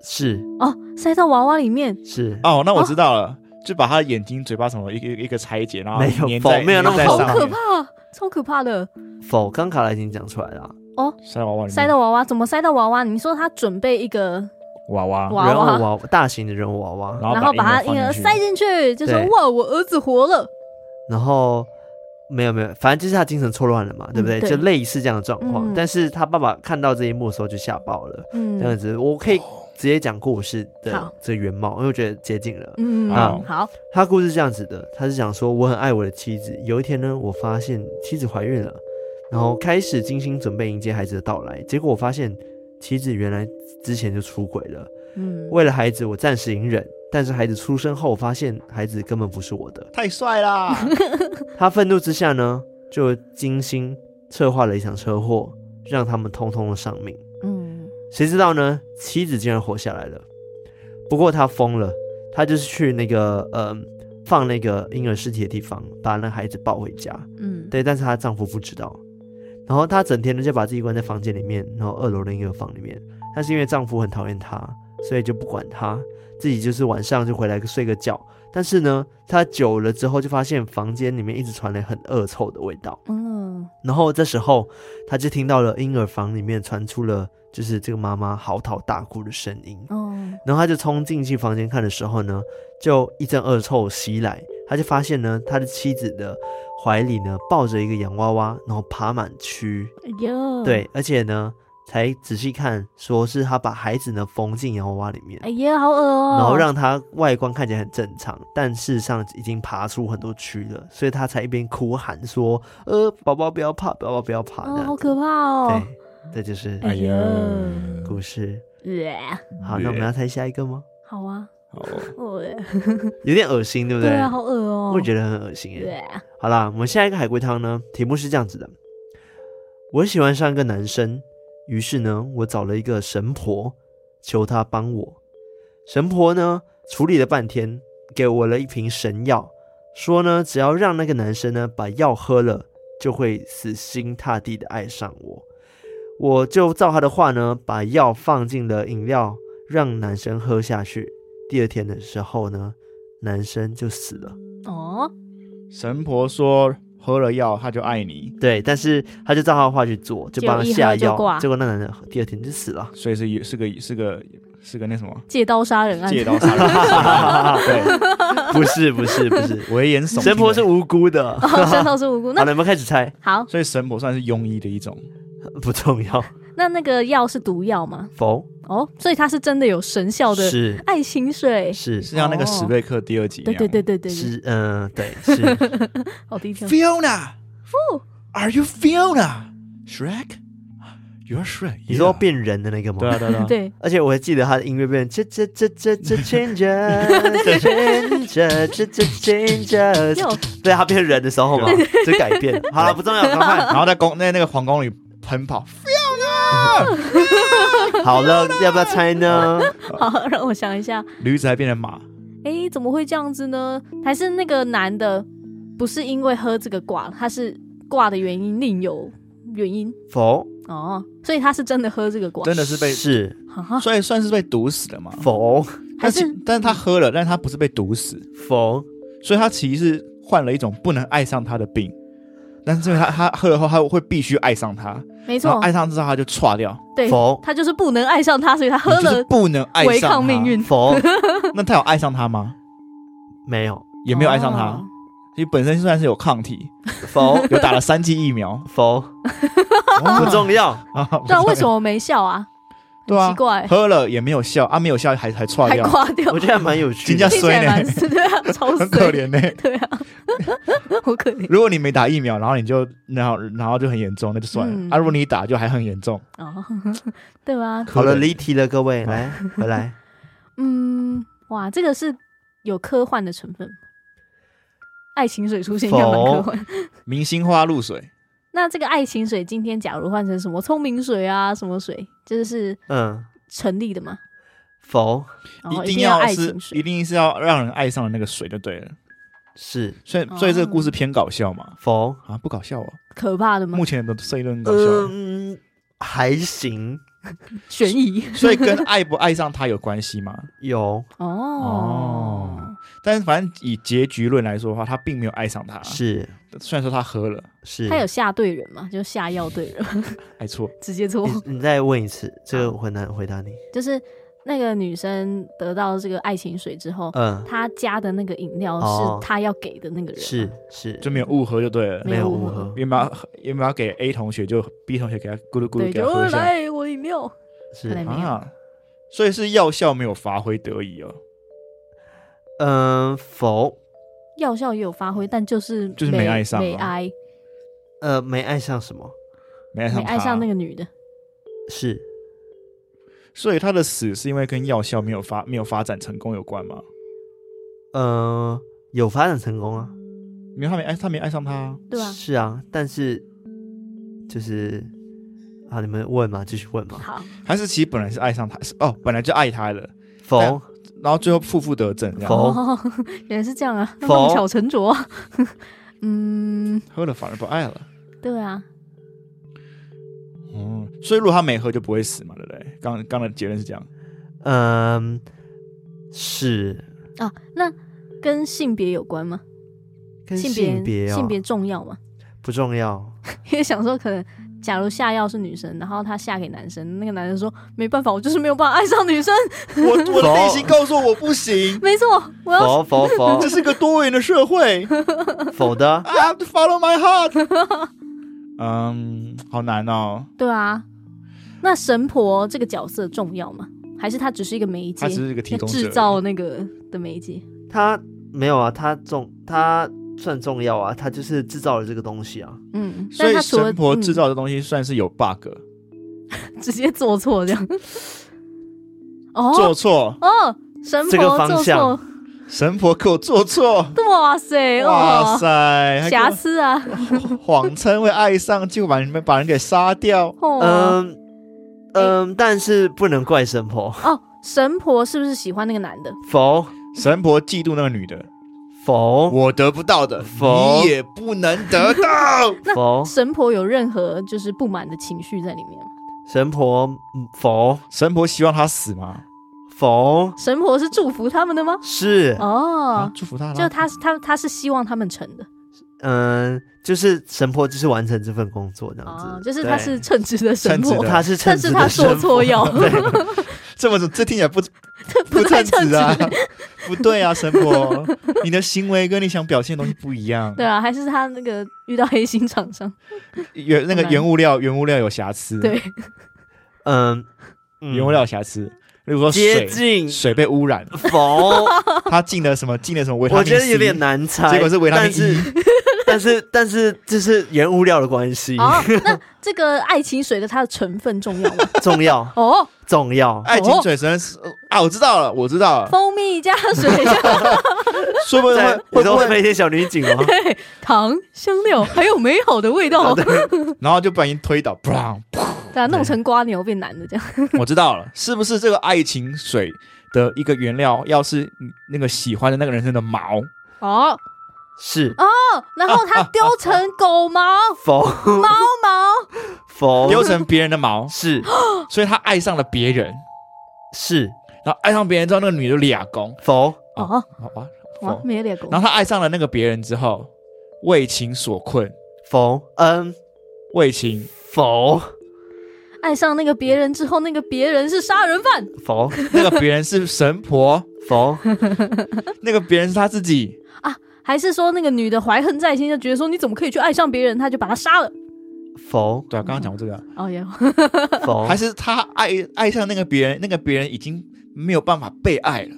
A: 是
B: 哦，塞到娃娃里面
A: 是，
C: 哦，
B: 啊
C: 那我知道了，就把他的眼睛、嘴巴什么一个一个一个拆解，然后
A: 没有
C: 粘
A: 否
C: 在
A: 没有那么
C: 粘在
B: 好
A: 恐
C: 上
B: 可
C: 面嗯
B: 怕，啊超可怕的！
A: 否？刚卡拉已经讲出来了啊，
C: 塞娃娃里面，
B: 塞到娃娃怎么塞到娃娃？你说他准备一个
C: 娃娃，
B: 娃嗯
A: 人
B: 娃，
A: 偶娃娃，大型的人偶娃娃，
B: 然后把他婴
C: 婴
B: 儿
C: 儿
B: 塞进去，就说
A: 对
B: 哇，我儿子活了。
A: 然后。没有没有，反正就是他精神错乱了嘛，对不对？
B: 嗯对
A: 就类似这样的状况，
B: 嗯
A: 但是他爸爸看到这一幕的时候就吓爆了，这样
B: 嗯
A: 子。我可以直接讲故事的
B: 好
A: 这原貌，因为我觉得接近了。
B: 嗯，
C: 啊
B: 好，
A: 他故事是这样子的，他是讲说我很爱我的妻子，有一天呢，我发现妻子怀孕了，然后开始精心准备迎接孩子的到来，结果我发现妻子原来之前就出轨了。
B: 嗯，
A: 为了孩子，我暂时隐忍，但是孩子出生后，我发现孩子根本不是我的。
C: 太帅 啦！
A: 他愤怒之下呢，就精心策划了一场车祸，让他们通通的丧命。
B: 嗯，
A: 谁知道呢？妻子竟然活下来了。不过他疯了，他就是去那个呃放那个婴儿尸体的地方，把那孩子抱回家。
B: 嗯，
A: 对，但是她丈夫不知道。然后她整天呢就把自己关在房间里面，然后二楼的一个房里面。但是因为丈夫很讨厌她，所以就不管她，自己就是晚上就回来睡个觉。但是呢，她久了之后就发现房间里面一直传来很恶臭的味道。
B: 嗯，
A: 然后这时候，她就听到了婴儿房里面传出了就是这个妈妈嚎啕大哭的声音。
B: 哦，
A: 然后他就冲进去房间看的时候呢，就一阵恶臭袭来，他就发现呢，他的妻子的怀里呢抱着一个洋娃娃，然后爬满蛆，
B: 哎呦，
A: 对，，而且呢才仔细看，说是他把孩子呢缝进洋娃娃里面
B: 哎，呀，好恶哦，
A: 然后让它外观看起来很正常，但事实上已经爬出很多蛆了，所以他才一边哭喊说：“呃，宝宝不要怕，宝宝不要怕。”这
B: 哦，
A: 样
B: 好
A: 子，
B: 可怕哦，
A: 对，这就是
B: 哎呀
A: 故事。
B: 呃
A: 好，那我们要猜下一个吗？
B: 好啊，
C: 好哦
B: 我
A: 有点恶心，对不
B: 对啊，好恶哦，呃
A: 我也觉得很恶心耶。
B: 得，
A: 好啦，我们下一个海龟汤呢，题目是这样子的：我喜欢上一个男生，于是呢，我找了一个神婆，求她帮我。神婆呢，处理了半天，给我了一瓶神药，说呢，只要让那个男生呢把药喝了，就会死心塌地的爱上我。我就照他的话呢，把药放进了饮料，让男生喝下去。第二天的时候呢，男生就死了。
B: 哦，
C: 神婆说喝了药他就爱你，
A: 对，但是他就照他的话去做，就帮他下
B: 就一喝就挂
A: 药，结果那男的第二天就死 了。
C: 所以是是个是个是个那什么
B: 借刀杀人案，
C: 借刀杀人。对，
A: 不是不是不是，
C: 危言耸听。
A: 神婆是无辜的。
B: 哦，神头是无辜。
A: 好
B: 那
A: 了，你们开始猜，
B: 好，
C: 所以神婆算是庸医的一种。
A: 不重要。
B: 那那个药是毒药吗？
A: 否，
B: 哦，所以它是真的有神效的
A: 是
B: 爱情水。
A: 是啊
C: 是像那个史瑞克第二集
B: 哦
C: 一
B: 对
C: 样。
B: 对对对对，对
A: 是，嗯、对，是
B: 好哦低调。
C: Fiona，Are you Fiona？Shrek。You're Shrek，
A: 你说变人的那个吗？
C: 对啊对啊对啊，
B: 对，
A: 而且我还记得他的音乐变这这这这这 change，这 change，这这 change，
B: 又
A: 对他变人的时候嘛，就改变。好了，不重要，赶快。
C: 然后在宫在那个皇宫里奔跑，
A: 好了，要不要猜呢？
B: 好，让我想一下，
C: 驴子还变成马，
B: 哎，怎么会这样子呢？还是那个男的不是因为喝这个挂，他是挂的原因另有原因
A: 否，
B: 哦，所以他是真的喝这个挂，
C: 真的是被，
A: 是
B: 啊
C: 所以算是被毒死的嘛。
A: 否
B: 还
C: 但
B: 是
C: 是但是他喝了，但是他不是被毒死，
A: 否，
C: 所以他其实是患了一种不能爱上他的病。但是因为他他喝了后，他会必须爱上他，
B: 没
C: 然后
B: 错，
C: 爱上之后他就歘掉，
B: 对，
A: 否
B: 他就是不能爱上他，所以他喝
C: 你就是
B: 了
C: 不能爱
B: 违
C: 上他
B: 抗 命。运，
A: 否，
C: 那他有爱上他吗？
A: 没有
C: 也没有爱上他
B: 哦，
C: 其实本身算是有抗体，
A: 否，
C: 有打了三剂疫苗
A: 否
C: 哇
A: 不重要，
C: 啊
B: 对啊，为什么没笑啊？
C: 对啊
B: 奇怪，
C: 喝了也没有效啊？没有效还还歘
B: 还
C: 掉，
B: 挂掉
A: 我，觉得还蛮有趣
C: 金价
A: 的。
B: 听起来
C: 衰呢
B: 蛮 是对啊，超
C: 很可
B: 衰，
C: 怜呢。
B: 对啊， 好可怜
C: 如果你没打疫苗，然后你就然后然后就很严重，那就算了、
B: 嗯
C: 啊。如果你打就还很严重，
B: 哦， 对啊吧？
A: 好了，
C: 可怜
A: 离题了，各位 来回来。
B: 嗯，哇，这个是有科幻的成分，爱情水出现应该蛮科幻。
C: 明星花露水
B: 那这个爱情水今天假如换成什么聪明水啊，什么水，这是
A: 嗯，
B: 成立的吗？
A: 否
B: 然后哦
C: 定
B: 定要爱
C: 是
B: 情
C: 一
B: 水，
C: 定是要让人爱上的那个水就对了。
A: 是
C: 所以
B: 哦
C: 所以这个故事偏搞笑嘛。
A: 否，
C: 啊，不搞笑哦！
B: 可怕的吗
C: 目？前的社论搞笑，
A: 嗯，还行，
B: 悬 疑
C: 所以跟爱不爱上他有关系吗？
A: 有
B: 哦
C: 哦，但是反正以结局论来说的话，他并没有爱上他。
A: 是
C: 虽然说他喝了，
A: 是。
B: 他有下对人吗？ 就下药对人，
C: 爱错，
B: 直接错，
C: 嗯
A: 你你再问一次，这个我很难回答你。
B: 就是那个女生得到这个爱情水之
C: 呃
B: 后，
A: 嗯，
B: 她加的那个饮料
A: 哦
B: 是她要给的那个人吗，
A: 是是，
C: 就没有误喝就对了。
B: 没
A: 没
B: 有
A: 有
B: 误
A: 误
B: 喝
A: 喝，
C: 原本要喝原本要给 A 同学，就 B 同学给他咕噜咕噜
B: 对，
C: 给
B: 就
C: 他喝
B: 哦
C: 一下
B: 来我饮料，
A: 是
B: 来没有
C: 啊，所以是药效没有发挥得宜哦，
A: 嗯否
B: 药效也有发挥，但就是
C: 就是没爱上
B: 没
C: 啊
B: 爱，
A: 呃没爱上什么
C: 没爱上
B: 没
C: 他
B: 爱上那个女的，
A: 是
C: 所以他的死是因为跟药效没有发没有发展成功有关吗？
A: 呃有发展成功啊，
C: 没有，他没爱，他没爱上他啊，
B: 对吧？
A: 是啊，但是就是啊你们问嘛，继续问嘛，
B: 好，
C: 还是其实本来是爱上他，是哦，本来就爱他的，
A: 否
C: 然后最后负负得正这样，
A: 否
B: 哦， 原来是这样啊，
A: 否
B: 弄巧成拙。 嗯，
C: 喝了反而不爱了。
B: 对啊，
C: 嗯，所以如果他没喝就不会死嘛，对不对？刚刚的结论是 这样，
A: 嗯是
B: 啊，那跟性别有关吗？
A: 跟
B: 别
A: 性
B: 性
A: 别哦
B: 重要吗？
A: 不重要，
B: 因为想说，可能假如下药是女生，然后她下给男生，那个男生说没办法，我就是没有办法爱上女生。
C: 我我的
A: 否
C: 内心告诉我不行，
B: 没错，我要
A: 否否否
C: 这是个多元的社会。
A: 否的
C: I have to follow my heart 。 嗯，好难哦。
B: 对啊。那神婆这个角色重要吗？还是她只是一个媒介
C: 他？只是一个提
B: 就
C: 供者而已
B: 制造那个的媒介。
A: 他没有啊，他重他算重要啊，他就是制造了这个东西啊，
B: 嗯，
C: 所
B: 但
C: 以
B: 他除了
C: 神婆
B: 嗯
C: 制造的东西算是有 bug，、
B: 直接做错这样。哦
C: 做错，
B: 哦，神
A: 这个
B: 婆
A: 方
B: 做错
A: 向，
C: 神婆给我做错，
B: 哇塞
C: 哇
B: 哦，
C: 塞，还给
B: 瑕
C: 我
B: 疵啊，
C: 谎称会爱上，结果把你们把人给杀掉，
B: 哦
A: 嗯嗯，但是不能怪神婆，
B: 哦，神婆是不是喜欢那个男的？
A: 否
C: 神婆嫉妒那个女的，
A: 否
C: 我得不到的，
A: 否
C: 你也不能 得到。
A: 否，
B: 神婆有任何就是不满的情绪在里面吗？
A: 神婆嗯否
C: 神婆希望他死吗？
A: 否
B: 神婆是祝福他们的吗？
A: 是，
B: 哦
C: 啊，，祝福他啦。
B: 就他他他是希望他们成的
A: 嗯，就是神婆就是完成这份工作这样
B: 啊
A: 子，，
B: 就是
A: 对
B: 他是称职的神
C: 称职
B: 婆
C: 的，
A: 他是称
B: 但
A: 职
B: 是
A: 的
B: 他说
A: 神
B: 错
A: 婆
B: 药，
C: 这么说，这听起来 不
B: 不太
C: 称
B: 称
C: 职
B: 职。
C: 啊， 不对啊，神婆，你的行为跟你想表现的东西不一样。
B: 对啊，还是他那个遇到黑心厂 商，
C: 原那个原物料，原物料有瑕疵，
B: 对，
A: 嗯，嗯
C: 原物料有瑕疵。例如说
A: 接
C: 水，
A: 近
C: 水被污染，
B: 哦
A: 否，
C: 他进了什么，进了什么维他
A: 我
C: 命 C，
A: 觉得有点难猜，
C: 结果是维他命 E
A: 但是但
B: 哦
A: 是但是这是原物料的关系，
B: 哦，那这个爱情水的它的成分重要吗？
A: 重要
B: 哦，
A: 重要，
C: 爱情水神是啊，我知道了，我知道了，
B: 蜂蜜加水加
C: 说不定
A: 在
C: 会
A: 你
C: 会
A: 说
C: 不
A: 会
C: 会，
A: 飞天小女警吗？
B: 糖、香料，还有美好的味道，
C: 然后就不小心推倒，砰！
B: 对啊，弄成瓜牛变男的这样。
C: 我知道了，是不是这个爱情水的一个原料，要是你那个喜欢的那个人生的毛，
B: 哦，
A: 是
B: 然后它丢成狗毛、
A: 否
B: 猫毛，
A: 否
C: 丢成别人的毛，
A: 是
C: 所以他爱上了别人，
A: 是
C: 然后爱上别人之后，那个女的俩公，
A: 否
B: 哦，
C: 好吧，
B: 哇
C: 哦，
B: 没猎狗
C: 然后他爱上了那个别人之后，为情所困，
A: 否嗯
C: 为情
A: 否
B: 爱上那个别人之后，那个别人是杀人犯
A: 否
C: 那个别人是神婆，
A: 否
C: 那个别人是他自己，
B: 啊，还是说那个女的怀恨在心，就觉得说你怎么可以去爱上别人，她就把他杀了。
A: 否
C: 对啊，刚刚讲过这个啊，
B: 哦耶，
A: 否
C: 还是他爱爱上那个别人，那个别人已经没有办法被爱了，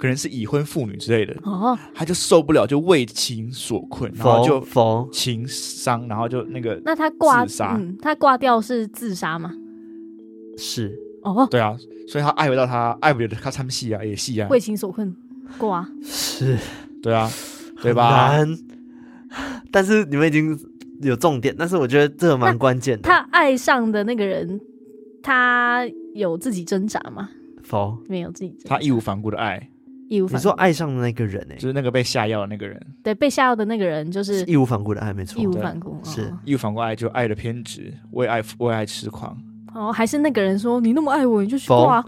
C: 可能是已婚妇女之类的，
B: 哦，
C: 他就受不了，就为情所困，然后
A: 否
C: 就
A: 否
C: 情伤，然后就那个，
B: 那他挂
C: 自杀
B: 嗯，他挂掉是自杀吗？
A: 是
B: 哦，
C: 对啊，所以他爱不到他，爱不了他参戏啊，也戏啊，
B: 为情所困，挂
A: 是
C: 对啊，对吧？
A: 很难， 但是你们已经有重点，但是我觉得这个蛮关键的，
B: 他爱上的那个人，他有自己挣扎吗？
A: 否
B: 没有自己挣扎，
C: 他义无反顾的爱，
B: 义无反
A: 你
B: 顾
A: 说爱上的那个人哎、
C: 就是那个被下药的那个人，
B: 对被吓到的那个人就是
A: 是义无反顾的爱，没错
B: 义，无反顾，
A: 是
B: 哦
C: 义无反顾爱就爱的偏执，为爱为爱痴狂。
B: 哦，还是那个人说你那么爱我，你就去挂。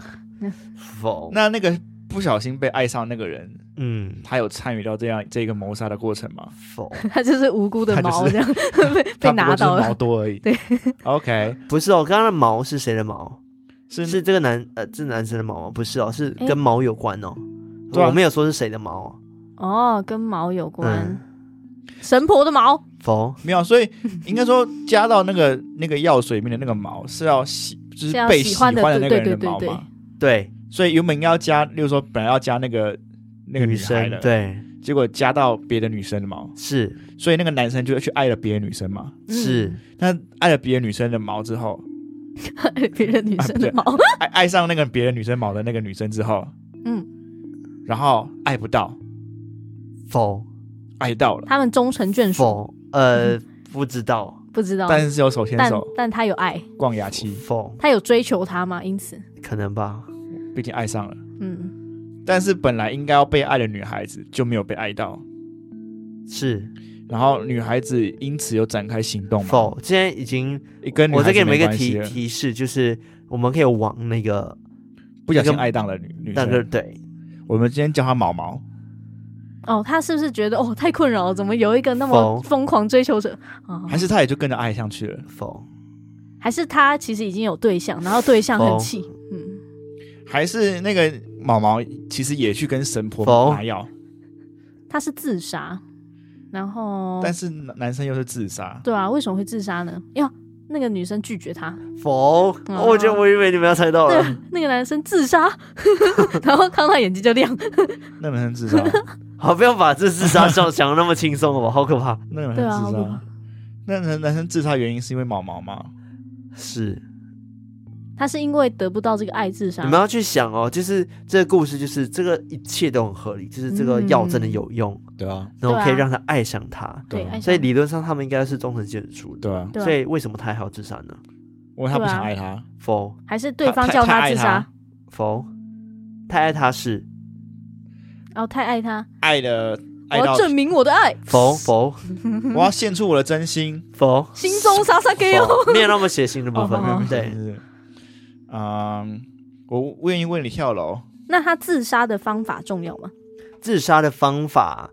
A: 否
C: 那那个不小心被爱上那个人，
A: 嗯
C: 他有参与到这样这个谋杀的过程吗？
A: 否
B: 他就是无辜的
C: 他就
B: 毛
C: 是
B: 这 样被被
C: 他不
B: 拿
C: 过就是
B: 到
C: 毛
B: 了，
C: 多而已。
B: 对
C: ，OK，
A: 不是哦，刚刚的毛是谁的毛？
C: 是
A: 是这个男呃，这男生的毛吗？不是哦，是
B: 诶
A: 跟毛有关哦。
C: 对啊
A: 我没有说是谁的毛哦，
B: 哦，跟毛有关
A: 嗯，，
B: 神婆的毛
A: 否
C: 没有，所以应该说加到那个那个药水里面的那个毛是要喜，就是
B: 是要
C: 被
B: 喜
C: 欢
B: 欢的
C: 的那
B: 对
C: 个
B: 对
C: 人的
B: 对
C: 毛
B: 对
C: 嘛。
A: 对
C: 所以原本应该要加，例如说本来要加那个那个
A: 女
C: 孩
A: 生
C: 的，，
A: 对
C: 结果加到别的女生的毛，
A: 是
C: 所以那个男生就去爱了别的女生嘛。
A: 是，
C: 他爱了别的女生的毛之后，
B: 嗯 别人女生
C: 啊
B: 的毛，
C: 爱爱上那个别的女生毛的那个女生之后，
B: 嗯，
C: 然后爱不到，
A: 否
C: 爱到了，
B: 他们终成眷属，
A: 否呃不知道
B: 不知道，
C: 但是有手牵
B: 但
C: 手、
B: 哦但他有爱，
C: 逛牙期，
A: 否
B: 他有追求他吗？因此，
A: 可能吧，
C: 毕竟爱上了。
B: 嗯，
C: 但是本来应该要被爱的女孩子就没有被爱到，
A: 是
C: 然后女孩子因此有展开行动嘛？
A: 否。现在已经
C: 跟女
A: 我
C: 孩
A: 再
C: 子
A: 给你们一个
C: 没关系啊
A: 提
C: 了
A: 提示，就是我们可以往那个
C: 不小
A: 一
C: 心
A: 个
C: 爱到了女女
A: 那个
C: 生，
A: 对
C: 我们今天叫她毛毛，
B: 哦，他是不是觉得哦太困扰了？怎么有一个那
A: 否
B: 么疯狂追求者啊？
C: 还是她也就跟着爱上去了？
A: 否
B: 还是他其实已经有对象，然后对象
A: 否
B: 很气，嗯，
C: 还是那个毛毛其实也去跟神
A: 否
C: 婆拿药，
B: 他是自杀，然后
C: 但是男男生又是自杀，
B: 对啊，为什么会自杀呢？哟，那个女生拒绝他，
A: 否，
B: 啊
A: 我觉得我以为你们要猜到
B: 对
A: 了，
B: 啊，那个男生自杀， 然后康纳眼睛就亮，
C: 那个男生 自杀，
A: 好，不要把这自杀想想得那么轻松，好不好？好可怕，
C: 那个男
B: 对啊
C: 生自杀，那男男生自杀原因是因为毛毛吗？
A: 是。
B: 他是因为得不到这个爱自杀
A: 你，们要去想哦，就是这个故事，就是这个一切都很合理，就是这个药真的有用，
C: 对啊，
A: 然后可以
B: 对啊
A: 让他爱上他。
B: 对，爱上
A: 所以理论上他们应该是终成眷属的。
C: 对啊，
B: 对啊
A: 所以为什么他还要自杀呢？
C: 因为他不
B: 对啊
C: 想爱她，
A: 否
B: 还是对
C: 他
B: 方
C: 太
B: 叫
C: 太爱
B: 自
C: 他
B: 杀，
A: 否，太爱他是
B: 哦然后太爱他，
C: 爱了
B: 我
C: 爱
B: 要
C: 到，
B: 证明我的爱，
A: 否否
C: 我要献出我的真心。
A: 否，
B: 心中杀杀给哦。
A: 否没有那么血腥的部分
B: 哦，
A: 对，
C: 是，嗯，我愿意为你跳楼。
B: 那他自杀的方法重要吗？
A: 自杀的方法，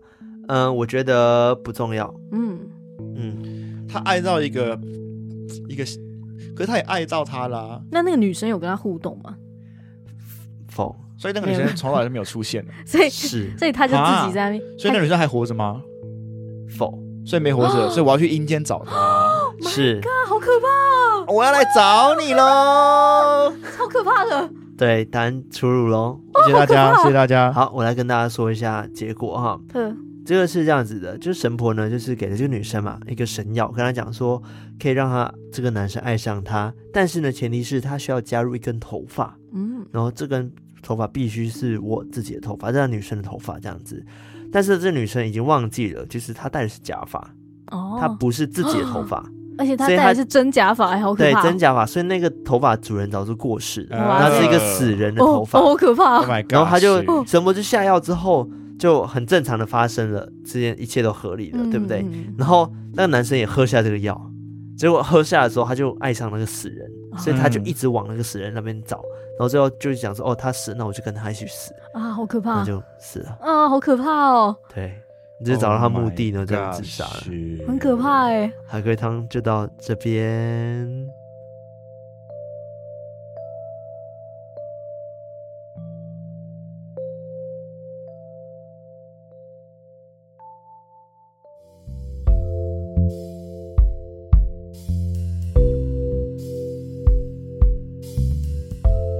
A: 嗯，我觉得不重要，
B: 嗯，
A: 嗯，
C: 他爱到一个一个，可是他也爱到他啦，
B: 那那个女生有跟他互动吗？
A: 否
C: 所以那个女
B: 没
C: 生
B: 有
C: 从来就没有出现的，
B: 所以，
A: 是
B: 所以他就自己在那边，
C: 所以那个女生还活着吗？
B: 哎
A: 否
C: 所以没 活着，所以我要去阴间找她，
A: 是，
B: 啊，好可怕哦，
C: 我要来找你喽！
B: 超可怕
C: 哦
B: 的。
A: 对，答案出炉喽。
C: 谢谢大
B: 好可
C: 家，
B: 怕
C: 谢谢大家。
A: 好，我来跟大家说一下结果哈。
B: 嗯
A: 这个是这样子的，就是神婆呢，就是给了这个女生嘛一个神药，跟她讲说可以让她这个男生爱上她，但是呢，前提是她需要加入一根头发，
B: 嗯，
A: 然后这根头发必须是我自己的头发，这样女生的头发这样子。但是这女生已经忘记了，就是她戴的是假发，她
B: 哦，
A: 不是自己的头发，
B: 而且他
A: 所以
B: 戴
A: 他
B: 的是真假发，哎好可
A: 对
B: 怕，，
A: 真假发，所以那个头发主人早就过世了，
C: 嗯
B: 哇
C: 呃
A: 那是一个死人的头
B: 哦，
A: 发。
B: 哦好可
C: Oh
B: 怕，
C: my god！
A: 然后他就
C: 哦
A: 神婆就下药之后就很正常的发生了，之间一切都合理了，对不对？
B: 嗯？
A: 然后那个男生也喝下这个药，结果喝下的时候他就爱上那个死人，
B: 嗯
A: 所以
B: 啊
A: 他就一直往那个死人那边找，然后最后就想说哦他死，那我就跟他一起死，
B: 啊，好可怕
A: 那，就死了。
B: 啊，好可怕哦，
A: 对，你就找到他目
C: Oh
A: 的呢，这样自杀了。
C: 是
B: 很可怕哎。
A: 海龟汤就到这边。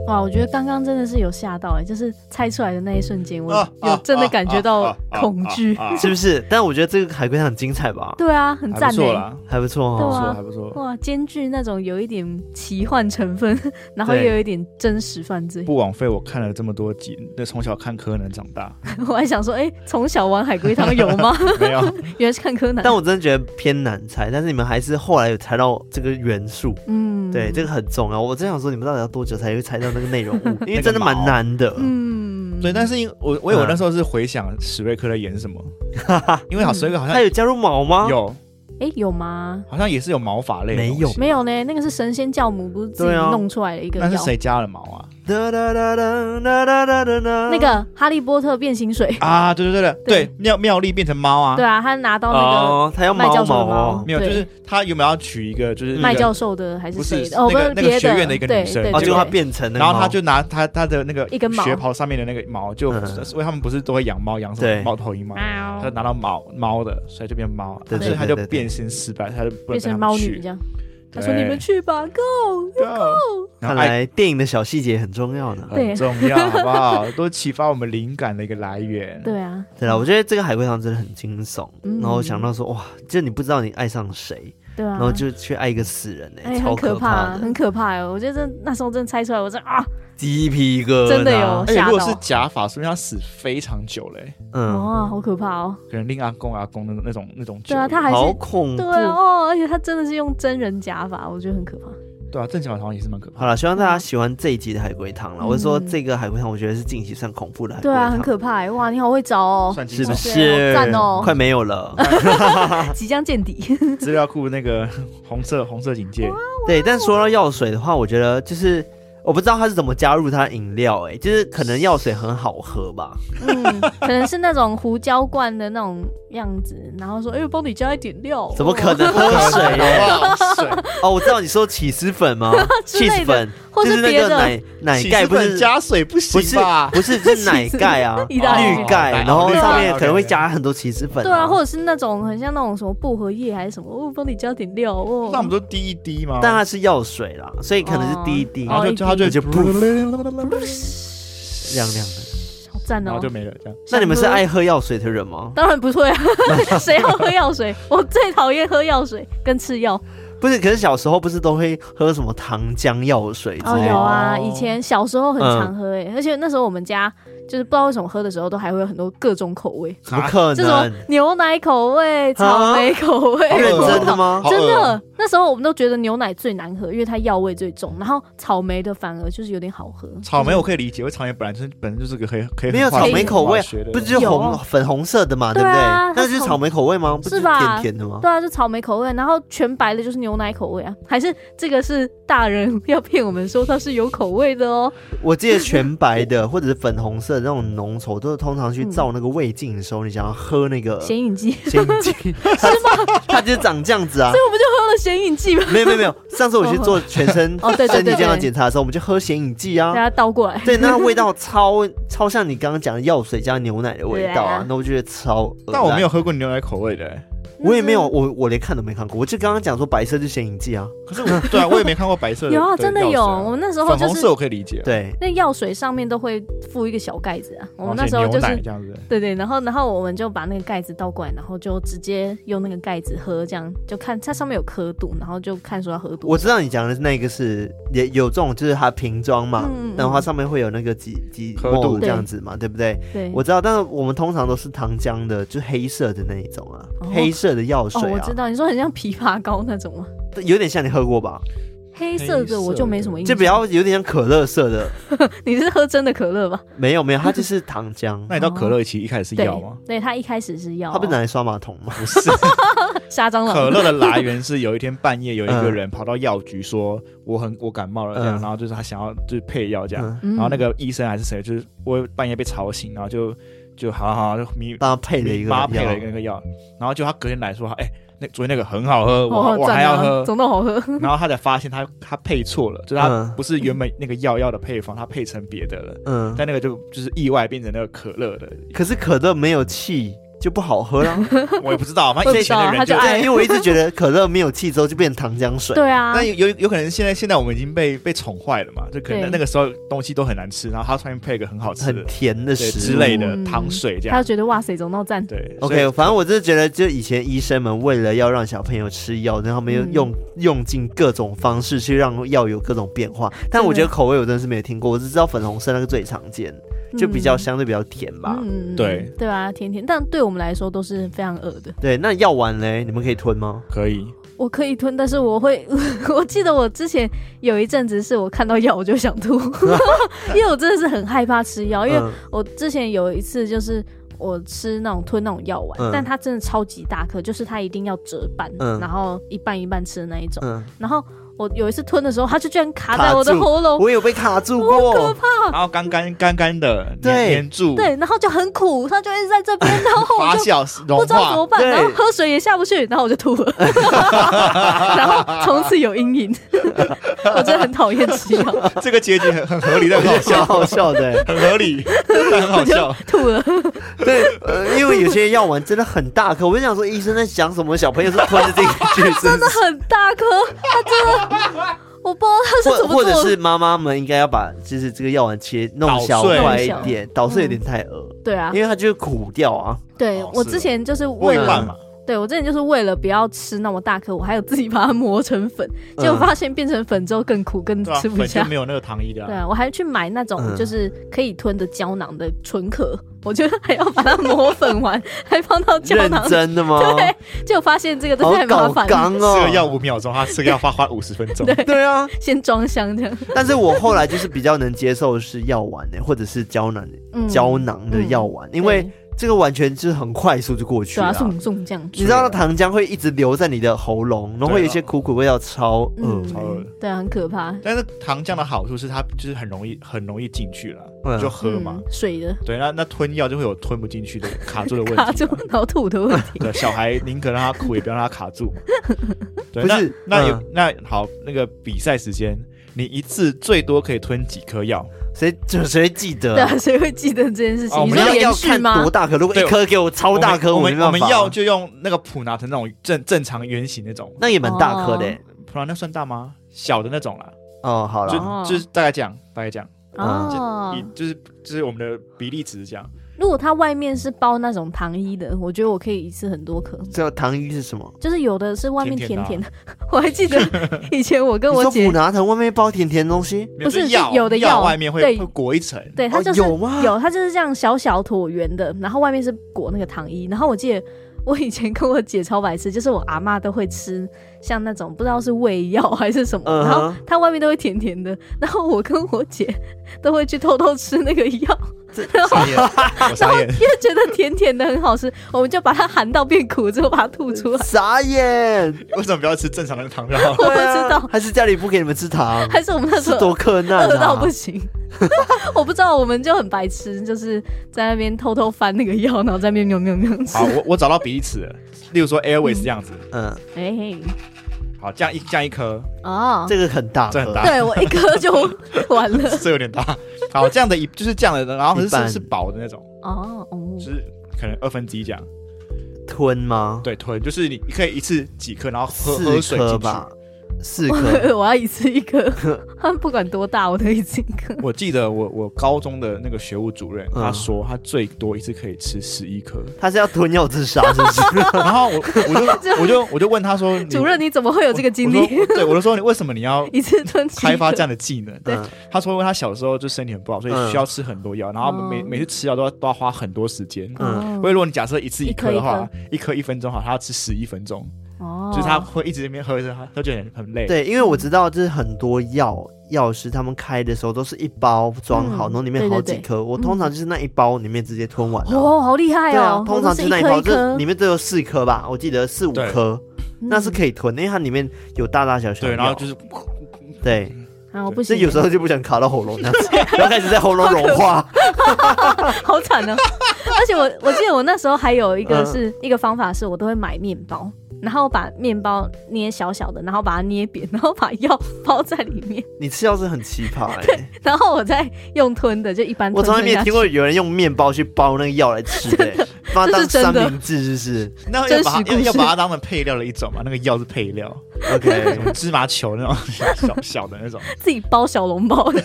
B: 哇，我觉得刚刚真的是有吓到哎，就是猜出来的那一瞬间，我
C: 啊啊
B: 有真的感觉到
C: 啊啊
B: 恐惧。
C: 啊啊啊
A: 是不是？但我觉得这个海龟汤很精彩吧，
B: 对啊，很
C: 还
B: 赞
C: 不错
B: 哎，
C: 啦，
A: 还不错
B: 对
A: 哦。
B: 啊
C: 还不错，还不错，
B: 哇，兼具那种有一点奇幻成分， 然后又
A: 对
B: 有一点真实犯罪。
C: 不枉费我看了这么多集。那从小看柯南长 大，
B: 我还想说，哎，从小玩海龟汤有吗？
C: 没有，
B: 原来是看柯南。
A: 但我真的觉得偏难猜，但是你们还是后来有猜到这个元素，
B: 嗯，
A: 对，这
B: 个，
A: 个很重要。我真想说，你们到底要多久才会猜到那个内容 物？因为真的蛮难的。
B: 嗯，
C: 对，但是因为我我以为
A: 嗯
C: 我那时候是回想史瑞克在演 什么，因为好史瑞克好
A: 它
C: 像
A: 有加入毛吗？，
C: 有，
B: 哎，有吗？
C: 好像也是有毛发类的
A: 没
C: 东西，
A: 有
B: 没有呢，那个是神仙教母，不是自己
A: 对啊
B: 弄出来的一个
C: 那是
B: 药。
C: 谁加了毛啊？
A: 哒哒哒哒哒哒哒哒哒。
B: 那个哈利波特变形水，
C: 啊，对对对
B: 对
C: 对对，妙妙丽变成猫啊
B: 对，啊，他拿到那
A: 哦，它要
B: 麦
A: 毛
B: 教授
A: 毛
B: 的
A: 哦
B: 毛。
C: 没有，
B: 对
C: 就是他原本要娶一个就是
B: 个
C: 那
B: 麦
C: 个
B: 教授的还是
C: 不是
B: 谁的？哦，
C: 那
B: 不
C: 个
B: 是
C: 那个
B: 别
C: 学院的一个女
B: 对
C: 生
B: 对
A: 哦，
B: 对
A: 结果它
B: 对
A: 变成那个
C: 然
A: 猫，
C: 后他就拿他他的那个
B: 一根毛
C: 学袍上面的那个毛，就
A: 嗯
C: 因为他们不是都会养猫，养什
A: 对
C: 么猫头鹰吗？他就拿到毛猫的，所以就变猫，
A: 对
B: 对
C: 所以他
A: 对
C: 就
A: 对对
C: 变身失败，他就不
B: 变
C: 能跟他
B: 成
C: 们
B: 猫女
C: 去
B: 这。样。他说：“你们去吧，Go。
C: 对啊然
A: 看
C: 后爱
A: 来电影的小细节很重要呢。
B: 对
C: 很重要，好不好？ 都启发我们灵感的一个来源”。
B: 对啊，
A: 对了，我觉得这个海龟汤真的很惊悚。
B: 嗯
A: 然后想到说，哇，就你不知道你爱上谁，
B: 对啊，
A: 然后就去爱一个死人哎、
B: 哎，
A: 超
B: 很可
A: 怕的
B: 很，可怕哦！我觉得那时候真的猜出来，我真的啊，
A: 鸡皮疙瘩。
B: 真的有
C: 而且如果
B: 吓到
C: 是假发，说明他死非常久嘞、
A: 嗯，
B: 哇，好可怕哦！
C: 可能令阿公阿公的那种那种久。
B: 对啊，他还
A: 好
B: 是
A: 恐怖
B: 对。啊哦，而且他真的是用真人假发，我觉得很可怕。
C: 对啊，正巧好像也是蛮可怕
A: 好
C: 的。
A: 了，希望大家喜欢这一集的海龟汤了。
B: 嗯
A: 我是说，这个海龟汤我觉得是近期算恐怖的海龟
B: 对
A: 汤，
B: 啊，很可怕哎！哇，你好会找哦，
C: 算
A: 是
C: 精
A: 不
C: 神
A: 是？
B: 好赞哦
A: 快没有 了。
B: 即将见底。
C: 资料库那个 红色红色警戒，
A: 对，但说到药水的话，我觉得就是我不知道他是怎么加入他饮料、哎，就是可能药水很好喝吧。
B: 嗯， 可能是那种胡椒罐的那种样子，然后说：“哎，我帮你加一点料。”
A: 怎么可能喝水、 哎
C: 好不好？啊水，
A: 哦，我知道你说起司粉吗？
B: 之类
A: 起
B: 的
A: 司粉
B: 或
A: 就是是那
B: 别
A: 个
B: 的
A: 奶奶
C: 起
A: 哎盖
C: 司
A: 不
C: 粉
A: 是
C: 加水不
A: 不是
C: 行吧？
A: 不
B: ，
A: 是是奶盖啊
B: 意大利
A: 绿
B: 面
A: 盖，然后
C: 哦
A: 上面
C: 绿盖
A: 可能会
C: OK
A: 加很多起司粉、
B: 对啊，或者是那种很像那种什么薄荷叶还是什么，我帮你加点料哦。
C: 那我们都滴一滴吗？
A: 但它是药水啦，所以可能是滴一滴，
C: 然后就就
B: 哦
C: 他就
A: 就亮亮的。
B: 好赞
C: 然
B: 哦
C: 后就！没了，这样
A: 那你们是爱喝药水的人吗？
B: 当然不会啊，谁要喝药水？我最讨厌喝药水跟吃药。
A: 不是，可是小时候不是都会喝什么糖浆药水之
B: 哦，
A: 类的？
B: 有啊，
C: 哦
B: 以前小时候很常喝
A: 嗯
B: 诶、而且那时候我们家就是不知道为什么喝的时候都还会有很多各种口味，
A: 怎么可
B: 这种哎
A: 能？
B: 牛奶口味、草莓口味、
A: 哦认
B: 葡
A: 真的
B: 萄
A: 吗？
C: 好
B: 真
C: 饿哦
B: 的，那时候我们都觉得牛奶最难喝，因为它药味最重，然后草莓的反而就是有点好喝。
C: 草莓我可以理解，因为草莓本来就是本身就是个黑黑
A: 没有草莓口味，不
C: 啊不
A: 是就
B: 有啊
A: 红粉红色的嘛，
B: 对
A: 对不对？
B: 啊
A: 那就是
B: 它
A: 草莓口味吗？不
B: 是
A: 是
B: 吧
A: 甜甜的吗？
B: 对啊，就草莓口味，然后全白的就是牛奶口味啊，还是这个是大人要骗我们说它是有口味的哦？
A: 我记得全白的 或者是粉红色的那种浓稠，都是通常去照那个胃镜的时候，你想要喝那
C: 呃
A: 个
B: 显影剂，
A: 显影剂，它 它就是长这样子啊
B: 所。以我们就喝了显影剂吧，
A: 没有没有没有，上次我去做全身
B: 哦对对对
A: 身体健康
B: 对
A: 检查的时候，我们就喝显影剂啊
B: 大。家倒过 来。
A: 对，那味道超超像你刚刚讲的药水加牛奶的味道
B: 对啊
A: 啊，那我觉得超恶烂。
C: 但我没有喝过牛奶口味的、欸，
A: 我也没
B: 嗯
A: 有，我我连看都没看过。我就刚刚讲说白色就是显影剂啊，
C: 可是我对啊，我也没看过白色的。
B: 有啊，
C: 对
B: 真的
C: 药水
B: 有，
C: 啊
B: 我们那时候
C: 粉
B: 就
C: 红
B: 是
C: 色我可以理解，，
A: 对，
B: 那药水上面都会附一个小盖子啊，我们那时候就
C: 哦牛奶
B: 是嗯
C: 这样子。
B: 对对，然后然后我们就把那个盖子倒过来，然后就直接用那个盖子喝，这样就看它上面有刻度，然后就看说要喝多
A: 我
B: 少。
A: 知道你讲的那个是也有这种，就是它瓶装嘛，
B: 嗯嗯
A: 然后它上面会有那个几几
C: 刻度
A: 沫这样子嘛，对不对？
B: 对，
A: 我知道，但是我们通常都是糖浆的，就黑色的那一种啊，
B: 哦
A: 黑色的药
B: 哦
A: 水，
B: 我
A: 啊
B: 知，道，你说很像枇杷膏那种吗？
A: 有点像你喝过吧？
B: 黑色的我就没什么印
A: 就
B: 象，
A: 比较有点像可乐色的，
B: 你是喝真的可乐吧？
A: 没有没有，它就是糖浆，
B: 哦
C: 那你知道可乐其实一开始是
B: 对
C: 药吗？，
B: 对，它一开始是啊药，
A: 它不是拿来刷马桶吗？
C: 不是，啊
B: 杀蟑螂，
C: 可乐的来源是有一天半夜有一个
A: 嗯
C: 人跑到药局说我很我感冒了这样，
A: 嗯
C: 然后就是他想要就是配药这样，
A: 嗯，
B: 嗯，
C: 然后那个医生还是谁，就是我半夜被吵醒，然后就就好好就迷
A: 帮它配了一个
C: 妈
A: 药，
C: 配了一个那个药，然后就他隔天来说，哎、那昨天那个很好喝，我、
B: 哦
C: 我
B: 赞
C: 还要
B: 啊
C: 喝，
B: 总统好喝，
C: 然后他才发现他他配错了，就是他
A: 嗯
C: 不是原本那个药药的配方，他配成别的了，
A: 嗯，
C: 但那个就就是意外变成那个可乐 的，
A: 可是可乐没有气就不好喝啦。啊
C: 我也不知道，
B: 我
C: 反正
B: 也
C: 以
B: 不知
C: 前
B: 道啊
C: 的人就
B: 他就爱
A: 对，啊因为我一直觉得可乐没有气之后就变成糖浆水。
B: 对啊
C: 那，有有有可能现在现在我们已经被被宠坏了嘛，就可
B: 对
C: 能那个时候东西都很难吃，然后他突然配一个很好吃的
A: 很甜的
C: 对
A: 食物
C: 之类的
B: 嗯
C: 糖水这
B: 他
C: 样
B: 就，觉得哇塞，总统赞，
C: 对所以
A: OK，反正我真的觉得，就以前医生们为了要让小朋友吃药，然后他们又
B: 嗯
A: 用、用尽各种方式去让药有各种变化。但我觉得口味我真的是没有听过，我只知道粉红色那个最常见，就比较
B: 嗯
A: 相对比较甜吧。
B: 嗯，
C: 对
B: 对啊，甜甜，但对我们来说都是非常恶的。
A: 对，那药丸嘞，你们可以吞吗？
C: 可以，
B: 我可以吞，但是我会， 我记得我之前有一阵子是我看到药我就想吐， 因为我真的是很害怕吃哦药，因为
A: 嗯
B: 我之前有一次就是。我吃那种吞那种药丸，
A: 嗯
B: 但它真的超级大颗，就是它一定要折半，
A: 嗯
B: 然后一半一半吃的那一种。
A: 嗯，
B: 然后我有一次吞的时候，它就居然卡在我
A: 卡
B: 的
A: 住
B: 喉咙，
A: 我有被卡住
B: 哦好可
A: 过，
B: 怕！
C: 然后干干干干的
A: 对
C: 黏黏住，
B: 哦对，然后就很苦，它就一直在这边，然后我
C: 发
B: 就
C: 酵
B: 不
C: 融
B: 知道怎么
C: 化，
B: 办，
A: 对
B: 然后喝水也下不去，然后我就吐了， 然后从此有阴影。 我真的很讨厌吃药，
C: 这个结局很很合理，但很好
A: 笑
C: 笑，
A: 好笑的、
C: 很合理，但很好笑。
B: 吐了。
A: 对，呃，因为有些药丸真的很大颗，我就想说医生在想什么，小朋友是吞得进去，是不是
B: 真的很大颗，它真的，我不知道它是
A: 或
B: 怎
A: 或
B: 么
A: 者
B: 做的。
A: 是妈妈们应该要把就是这个药丸切弄
C: 捣
A: 小
C: 碎
A: 块一点，捣碎有点太恶，
B: 对啊
A: 因，为它就是苦掉 啊。
B: 对
C: 哦
B: 我
C: 是
B: 之
C: 哦
B: 前就是为
C: 为
A: 了
C: 饭嘛，
B: 对我之前就是为了不要吃那么大颗，我还有自己把它磨成粉，
A: 嗯
B: 结果发现变成粉之后更苦，更
C: 对吧？
B: 吃不
C: 本就
B: 下
C: 没。有那个糖衣的
B: 对
C: 啊，
B: 啊，我还去买那种
A: 嗯
B: 就是可以吞的胶囊的唇壳，我觉得还要把它磨粉完，还放到胶
A: 认
B: 囊。
A: 真的吗？
B: 对，结果发现这个
A: 好
B: 都太麻
A: 搞
B: 烦了，
A: 刚
C: 吃
A: 哦
C: 个。药五秒钟，他吃个药花花五十分钟，
B: 对
A: 对啊，
B: 先装箱这样。
A: 但是我后来就是比较能接受的是药丸呢、欸或者是胶囊
B: 嗯
A: 胶囊的药丸，因为
B: 对
A: 这个完全就是很快速就过去
B: 对
A: 了、
B: 啊，送送这样。
A: 你知道那糖浆会一直留在你的喉咙，然后会有一
C: 啊
A: 些苦苦味道，超恶。
B: 嗯
C: 超恶的，
B: 对啊，很可怕。
C: 但是糖浆的好处是它就是很容易很容易进去了，
A: 嗯
C: 你就喝嘛
B: 嗯。，水的
C: 对，那那吞药就会有吞不进去的卡住的 问
B: 卡
C: 题
B: 住
C: 嘛。
B: 然后吐的问 题。
C: 对，小孩宁可让他苦，也不要让他卡住嘛。对，
A: 不
C: 那
A: 是
C: 那有
A: 嗯
C: 那好，那个比赛时间，你一次最多可以吞几颗药？
A: 谁就谁记得、
B: 对
A: 啊
B: 啊，？谁会记得这件事情？
C: 哦我
B: 你
C: 们
B: 说
A: 要
B: 连
A: 要
B: 续
A: 看
B: 吗
A: 多？大颗，如果一
C: 对
A: 颗给我超大颗，
C: 我
A: 没办
C: 们
A: 法。啊
C: 我们药就用那个普拿疼那种正正常圆形那种，
A: 那也蛮大颗的欸、
C: 普拿那算大吗？小的那种啦，
A: 哦，好了，
C: 就就是大概这样，大概这样。
A: 嗯
B: 哦
C: 一，就是就是我们的比例值是这样。
B: 如果它外面是包那种糖衣的，我觉得我可以一次很多颗。
A: 这个糖衣是什么？
B: 就是有的是外面
C: 甜
B: 甜甜
C: 甜
B: 的， 我还记得 以前我跟
A: 啊你
B: 我
A: 说
B: 姐
A: 普，拿藤外面包甜甜的东西？
C: 没有
B: 不是
C: 就药
B: 是有的
C: 药
B: 药
C: 外面会
B: 对
C: 会裹一层，
B: 对，它
A: 哦
B: 就是
A: 有吗？
B: 有，它就是这样小小椭圆的，然后外面是裹那个糖衣。然后我记得我以前跟我姐超白痴，就是我阿妈都会吃像那种不知道是胃药还是什么，
A: 嗯
B: 然后
A: 哼，
B: 它外面都会甜甜的。然后我跟我姐都会去偷偷吃那个药，
C: 傻眼， 我傻眼，
B: 因为觉得甜甜的很好吃，我们就把它含到变苦之后把它吐 出来。
A: 傻眼，
C: 为什么不要吃正常的糖就好？
B: 我不
A: 对啊
B: 知道
A: 还是家里不给你们吃 糖，
B: 还是我们那时
A: 是
B: 候
A: 多困难
B: 饿到
A: 啊
B: 不！行。 我不知道，我们就很白痴，就是在那边偷偷翻那个药，然后在那边喵喵喵吃
C: 好，。我我找到彼此了，例如说 Airways 这样子，
A: 嗯，
B: 哎、嘿，
C: 好，这样一这样一颗，
B: 哦，
A: 这个很大
C: 这
A: 颗，
C: 很大
B: 对我一颗就完 了。
C: 这有点大，好，这样的一就是这样的，然后
A: 一半
C: 是是薄的那种，
B: 哦，哦
C: 就是可能二分之一这样，
A: 吞吗？
C: 对，吞就是你你可以一次几颗，然后喝喝
A: 四
C: 水
A: 颗
C: 进去。
A: 吧，四颗。
B: 我我要一次一颗，不管多大我都一次一颗。
C: 我记得我我高中的那个学务主任，
A: 嗯
C: 他说他最多一次可以吃十一颗，
A: 他是要吞药自杀，是不是？
C: 然后我我 就我就我就问他说，你
B: 主任，你怎么会有这个经
C: 我
B: 历？
C: 说对，我就说你为什么你要
B: 一次吞七
C: 开发
B: 颗
C: 这样的技能？
B: 对
A: 嗯
C: 他说因为他小时候就身体很不好，所以需要吃很多药，然后每
B: 哦
C: 每次吃药都要都要花很多时间。
A: 嗯
C: 因为如果你假设一次一颗的话
B: 一，
C: 一颗一分钟好，他要吃十一分钟，
B: 哦，
C: 就是他会一直在那边喝，一直喝，他就很很累。
A: 对，因为我
B: 嗯
A: 知道，就是很多药药师他们开的时候都是一包装好，
B: 嗯
A: 然后里面
B: 对对
A: 好几
B: 对嗯
A: 颗。我通常就是那一包里面直接吞完了。
B: 哦，好厉害
A: 对啊
B: 哦，！
A: 通常
B: 我都
A: 就是那
B: 一
A: 一
B: 颗
A: 包，
B: 一
A: 这
B: 颗，
A: 里面都有四颗吧，我记得四五
C: 对
A: 颗，那是
B: 嗯
A: 可以吞，因为它里面有大大小小的
C: 对，
A: 药。
C: 然后就是
A: 对，
B: 啊，我不
A: 所
B: 行
A: 以，有时候就不想卡到喉咙那样子， 然后开始在喉咙融化。
B: 好惨 哦！而且我我记得我那时候还有一个
A: 嗯
B: 是、一个方法是，我都会买面包，然后把面包捏小小的，然后把它捏扁，然后把药包在里面，
A: 你吃药是很奇葩哎、
B: 然后我再用吞的，就一般
A: 我
B: 吞
A: 从来
B: 吞
A: 没有
B: 下
A: 听
B: 去。
A: 过有人用面包去包那个药来 吃的、欸，把它
B: 这是
A: 当三
B: 真的
A: 明治是
C: 那要把
B: 真实
C: 它
B: 故事
C: 要把它当成配料的一种嘛，那个药是配 料，
A: 不是？OK，
C: 什么芝麻球那种小小的那种
B: 自己包小笼包的，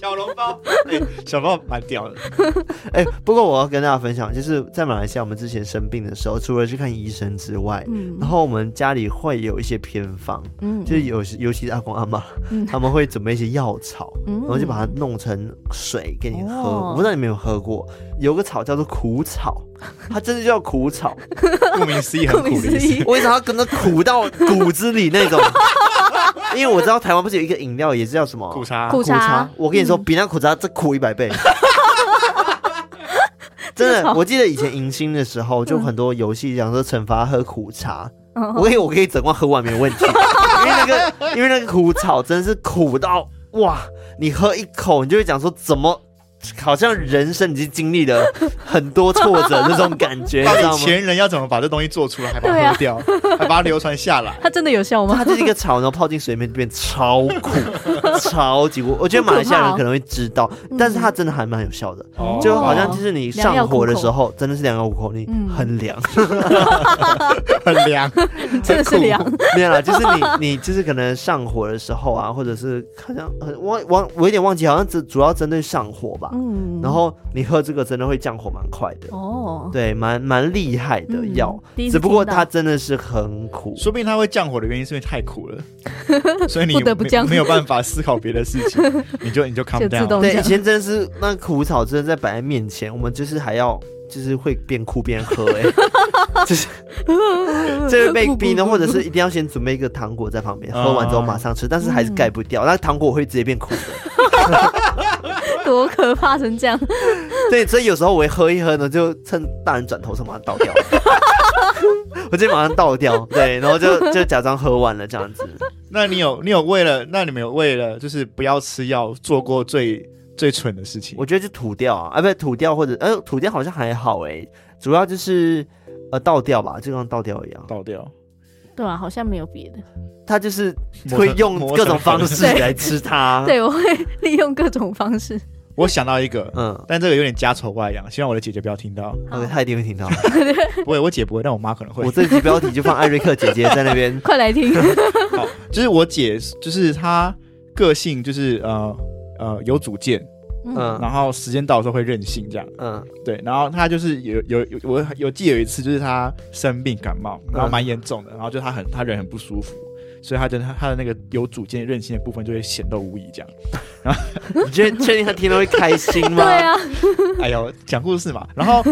C: 小笼包，对，小笼包蛮屌的。
A: 哎、不过我要跟大家分享，就是在马来西亚，我们之前生病的时候，除了去看医生之外，
B: 嗯
A: 然后我们家里会有一些偏方，
B: 嗯
A: 就是有时尤其是阿公阿妈，
B: 嗯
A: 他们会准备一些药草，
B: 嗯
A: 然后就把它弄成水给你喝。
B: 哦
A: 我不知道你们有没有喝过，有个草叫做苦 草，它真的叫苦草，
C: 顾名思义，很
B: 顾
C: 苦
B: 名
C: 的意
B: 思
C: 思。
B: 义，
A: 我一直要跟它苦到骨子里那种。 因为我知道台湾不是有一个饮料也是叫什么
C: 苦 茶，
B: 苦
A: 苦
B: 茶，
A: 我跟你说，比那苦茶再苦一百倍。真
B: 这个
A: 的，
B: 好
A: 我记得以前迎新的时候，就很多游戏讲说惩罚喝苦茶，
B: 嗯
A: 我可以我可以整罐喝完没问题，因为那个因为那个苦草真是苦到哇，你喝一口你就会讲说怎么。好像人生已经经历了很多挫折那种感 觉，你
C: 到
A: 知道
C: 底
A: 吗？
C: 前人要怎么把这东西做出来，还把
B: 对
C: 它
B: 啊
C: 喝掉，还把它流传 下来？
B: 它真的有效吗
A: 它？就是一个草，然后泡进水里面就变超苦，超级苦。我觉得马来西亚人可能会知道，但是它真的还蛮有效的。
C: 哦
A: 就好像就是你上火的时候，真的是良药苦口，你
B: 嗯
A: 很凉。
C: 很凉，
B: 真的是 凉，
A: 没有啦，就是你你就是可能上火的时候 啊，或者是好像呃忘忘我有点忘记，好像只主要针对上火吧。
B: 嗯
A: 然后你喝这个真的会降火蛮快的，
B: 哦，
A: 对，蛮蛮厉害的
B: 嗯
A: 药，
B: 第一次
A: 只不过
B: 听到
A: 它真的是很苦。
C: 说不定它会降火的原因是因为太苦了， 所以你
B: 不得不
C: 没
B: 降
C: 没有办法思考别的事 情，你就你就 calm
B: 就自
C: down。
B: 动
A: 对，以
B: 降
A: 前真的是那苦草真的在摆在面前，我们就是还要就是会边哭边喝、哎，就是这个被逼呢，或者是一定要先准备一个糖果在旁边，喝完之后马上吃，但是还是盖不掉，那糖果会直接变苦的。
B: 多可怕成这样，
A: 对，所以有时候我会喝一喝呢，就趁大人转头的时候马上倒掉。我直接马上倒掉，对，然后就就假装喝完了这样子。
C: 那你有你有为了那你们有为了就是不要吃药做过最最蠢的事情？
A: 我觉得就吐掉啊，啊，不是吐掉或者呃吐掉好像还好哎、主要就是呃倒掉吧，就像倒掉一样。
C: 倒掉，
B: 对啊，好像没有别的，
A: 他就是
C: 磨
A: 会
C: 成
A: 用
C: 磨
A: 各
C: 成
A: 种方
C: 粉
A: 式来吃 它。，
B: 对我会利用各种方式，
C: 我想到一个，
A: 嗯，
C: 但这个有点家丑外扬，希望我的姐姐不要听 到。
B: 好。
A: 他一定会听 到。
C: 不会，我姐不会，但我妈可能会
A: 我。这集标题就放艾瑞克姐姐在那边
B: 快来听，
C: 好，就是我姐，就是她个性就是呃呃有主见，
A: 嗯
C: 然后时间到的时候会任性这样。
A: 嗯
C: 对，然后他就是有有有我有记得有一次就是他生病感冒，然后蛮严重的，然后就他很他人很不舒服，所以他的他他的那个有主见任性的部分就会显露无遗这样。
A: 你确确定他听了会开心吗？
B: 对啊，
C: 哎呦，讲故事嘛，然后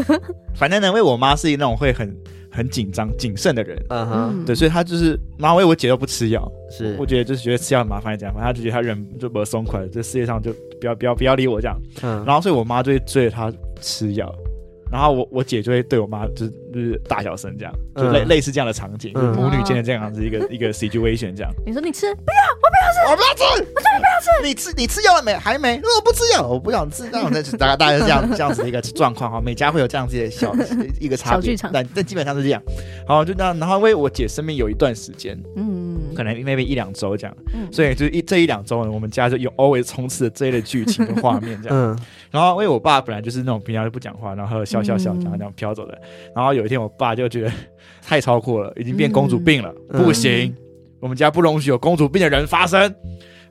C: 反正呢，因为我妈是那种会很很紧张谨慎的人，
A: 嗯哼，
B: 嗯
C: 对，所以她就是妈，因为我姐又不吃药，
A: 是
C: 嗯我，觉得就是觉得吃药很麻烦这样，反正她就觉得她人就不松快，这世界上就不要不要不要理我这样。
A: 嗯，
C: 然后所以我妈就会追着她吃药，然后我我姐就会对我妈就是就是大小声这样，就类、
A: 嗯
C: 类似这样的场景，就是
A: 嗯
C: 母女间的这样子一个一个 situation 这样。
B: 你说你吃，
C: 我不要吃，我叫你不要吃。你吃你吃药了没？还没。我不吃药，我不想吃。那我那大概大概是这样这样子的一个状况哈，每家会有这样子的小一个差
B: 小剧
C: 别
B: 场，
C: 但但基本上是这样。好，就那然后因为我姐生病有一段时间，
B: 嗯
C: 可能 maybe 一两周这样，
B: 嗯
C: 所以就是一这一两周呢，我们家就有 always 充斥着这一类剧情跟画面这样。
A: 嗯
C: 然后因为我爸本来就是那种平常就不讲话，然后笑笑笑
A: 嗯
C: 讲讲飘走的。然后有一天我爸就觉得太超过了，已经变公主病了，
A: 嗯
C: 不行，我们家不容许有公主病的人发生。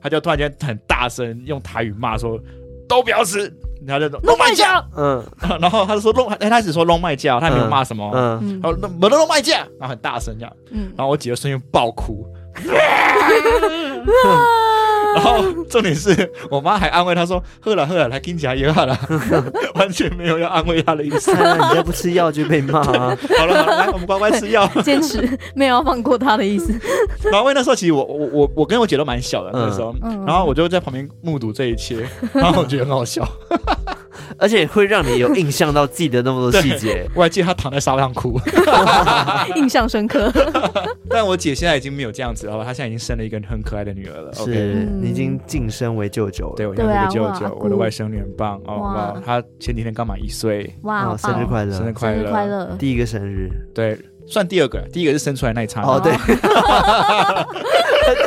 C: 他就突然间很大声用台语骂说：“都不要吃！”然后就说弄卖价，
A: 嗯
C: 然后他就说弄，哎，他只说弄卖价，他也没有骂什么。
A: 嗯，
B: 嗯
C: 然后那没得弄卖价，然后很大声这样，
B: 嗯，
C: 然后我姐就瞬间爆 哭。然后重点是我妈还安慰她说：“喝了喝了，来听起来也好了。” 完全没有要安慰她的意思。
A: 看来你再不吃药就被骂 啊。
C: 好了好了，来我们乖乖吃药。
B: 坚持 没有要放过他的意思。
C: 然后因为那时候其实我我我我跟我姐都蛮小的那时候，
B: 嗯嗯
C: 然后我就在旁边目睹这一切，然后我觉得很好笑。
A: 而且会让你有印象到自己的那么多细节。
C: 我还记得她躺在沙发上哭，
B: 印象深刻。
C: 但我姐现在已经没有这样子了，她现在已经生了一个很可爱的女儿了。OK。
A: 是你已经晋升为舅舅了，哦
C: 对，我现在是
B: 对
C: 个
B: 啊
C: 舅
B: 哇
C: 舅，
B: 阿姑
C: 我的外甥女很棒哦，
B: 哇
C: 哇，她前几天刚满一岁，
B: 哇，
A: 哦，
B: 好
A: 生日
B: 棒
A: 快乐，
C: 生日
B: 生
C: 快
B: 日
C: 乐，
B: 快乐！
A: 第一个生日，
C: 对，算第二个，第一个是生出来那一刹那，啊
A: 哦，对，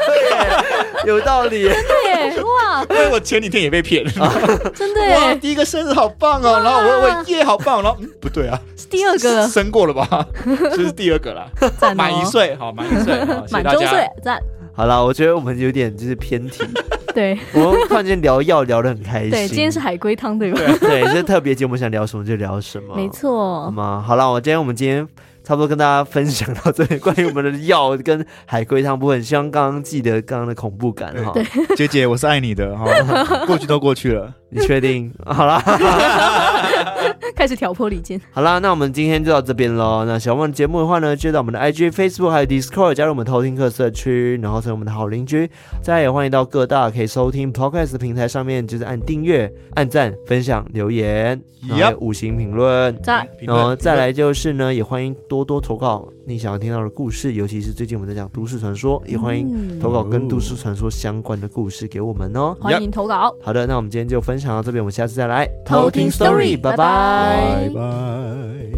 A: 对，有道理，
B: 对耶，哇，
C: 因为我前几天也 被骗，
B: 真的
C: 哇，
B: 耶，
C: 第一个生日好棒哦，然后我我耶好棒，然后嗯不对啊，
B: 是第二个了，
C: 生过了 吧，就是第二个啦，
B: 赞哦
C: 满一，岁，好满一岁， 好谢谢
B: 满
C: 大
B: 周岁
C: 家。，
B: 赞，
A: 好啦，我觉得我们有点就是偏题，
B: 对
A: 我们突然间聊药聊得很开心。
B: 对，今天是海龟汤对吧？
A: 对，这特别节目想聊什么就聊什么，
B: 没，
A: 好
B: 错，
A: 吗？好啦，我今天我们今天。差不多跟大家分享到这里，关于我们的药跟海龟汤部分，希望刚刚记得刚刚的恐怖感哈。
C: 姐姐，我是爱你 的哈，过去都过去了，
A: 你确定？好啦，
B: 开始挑拨离间，
A: 好啦，那我们今天就到这边喽。那喜欢我们的节目的话呢，就到我们的 IG、Facebook 还有 Discord 加入我们偷听客社区，然后成为我们的好邻居。再来也欢迎到各大可以收听 Podcast 的平台上面，就是按订阅、按赞、分享、留言，然后还有
C: Yup
A: 五星评论。
B: 赞，
C: 评
A: 然
C: 论
A: 后再，来就是呢，也欢迎多多投稿你想要听到的故事，尤其是最近我们在讲都市传说，
C: 嗯
A: 也欢迎
B: 迎
A: 投稿跟都市传说相关的故事给我们哦。
B: 嗯欢迎投稿。
A: 好的，那我们今天就分享到这边，我们下次再来
B: 偷听 story，拜拜
C: 拜拜。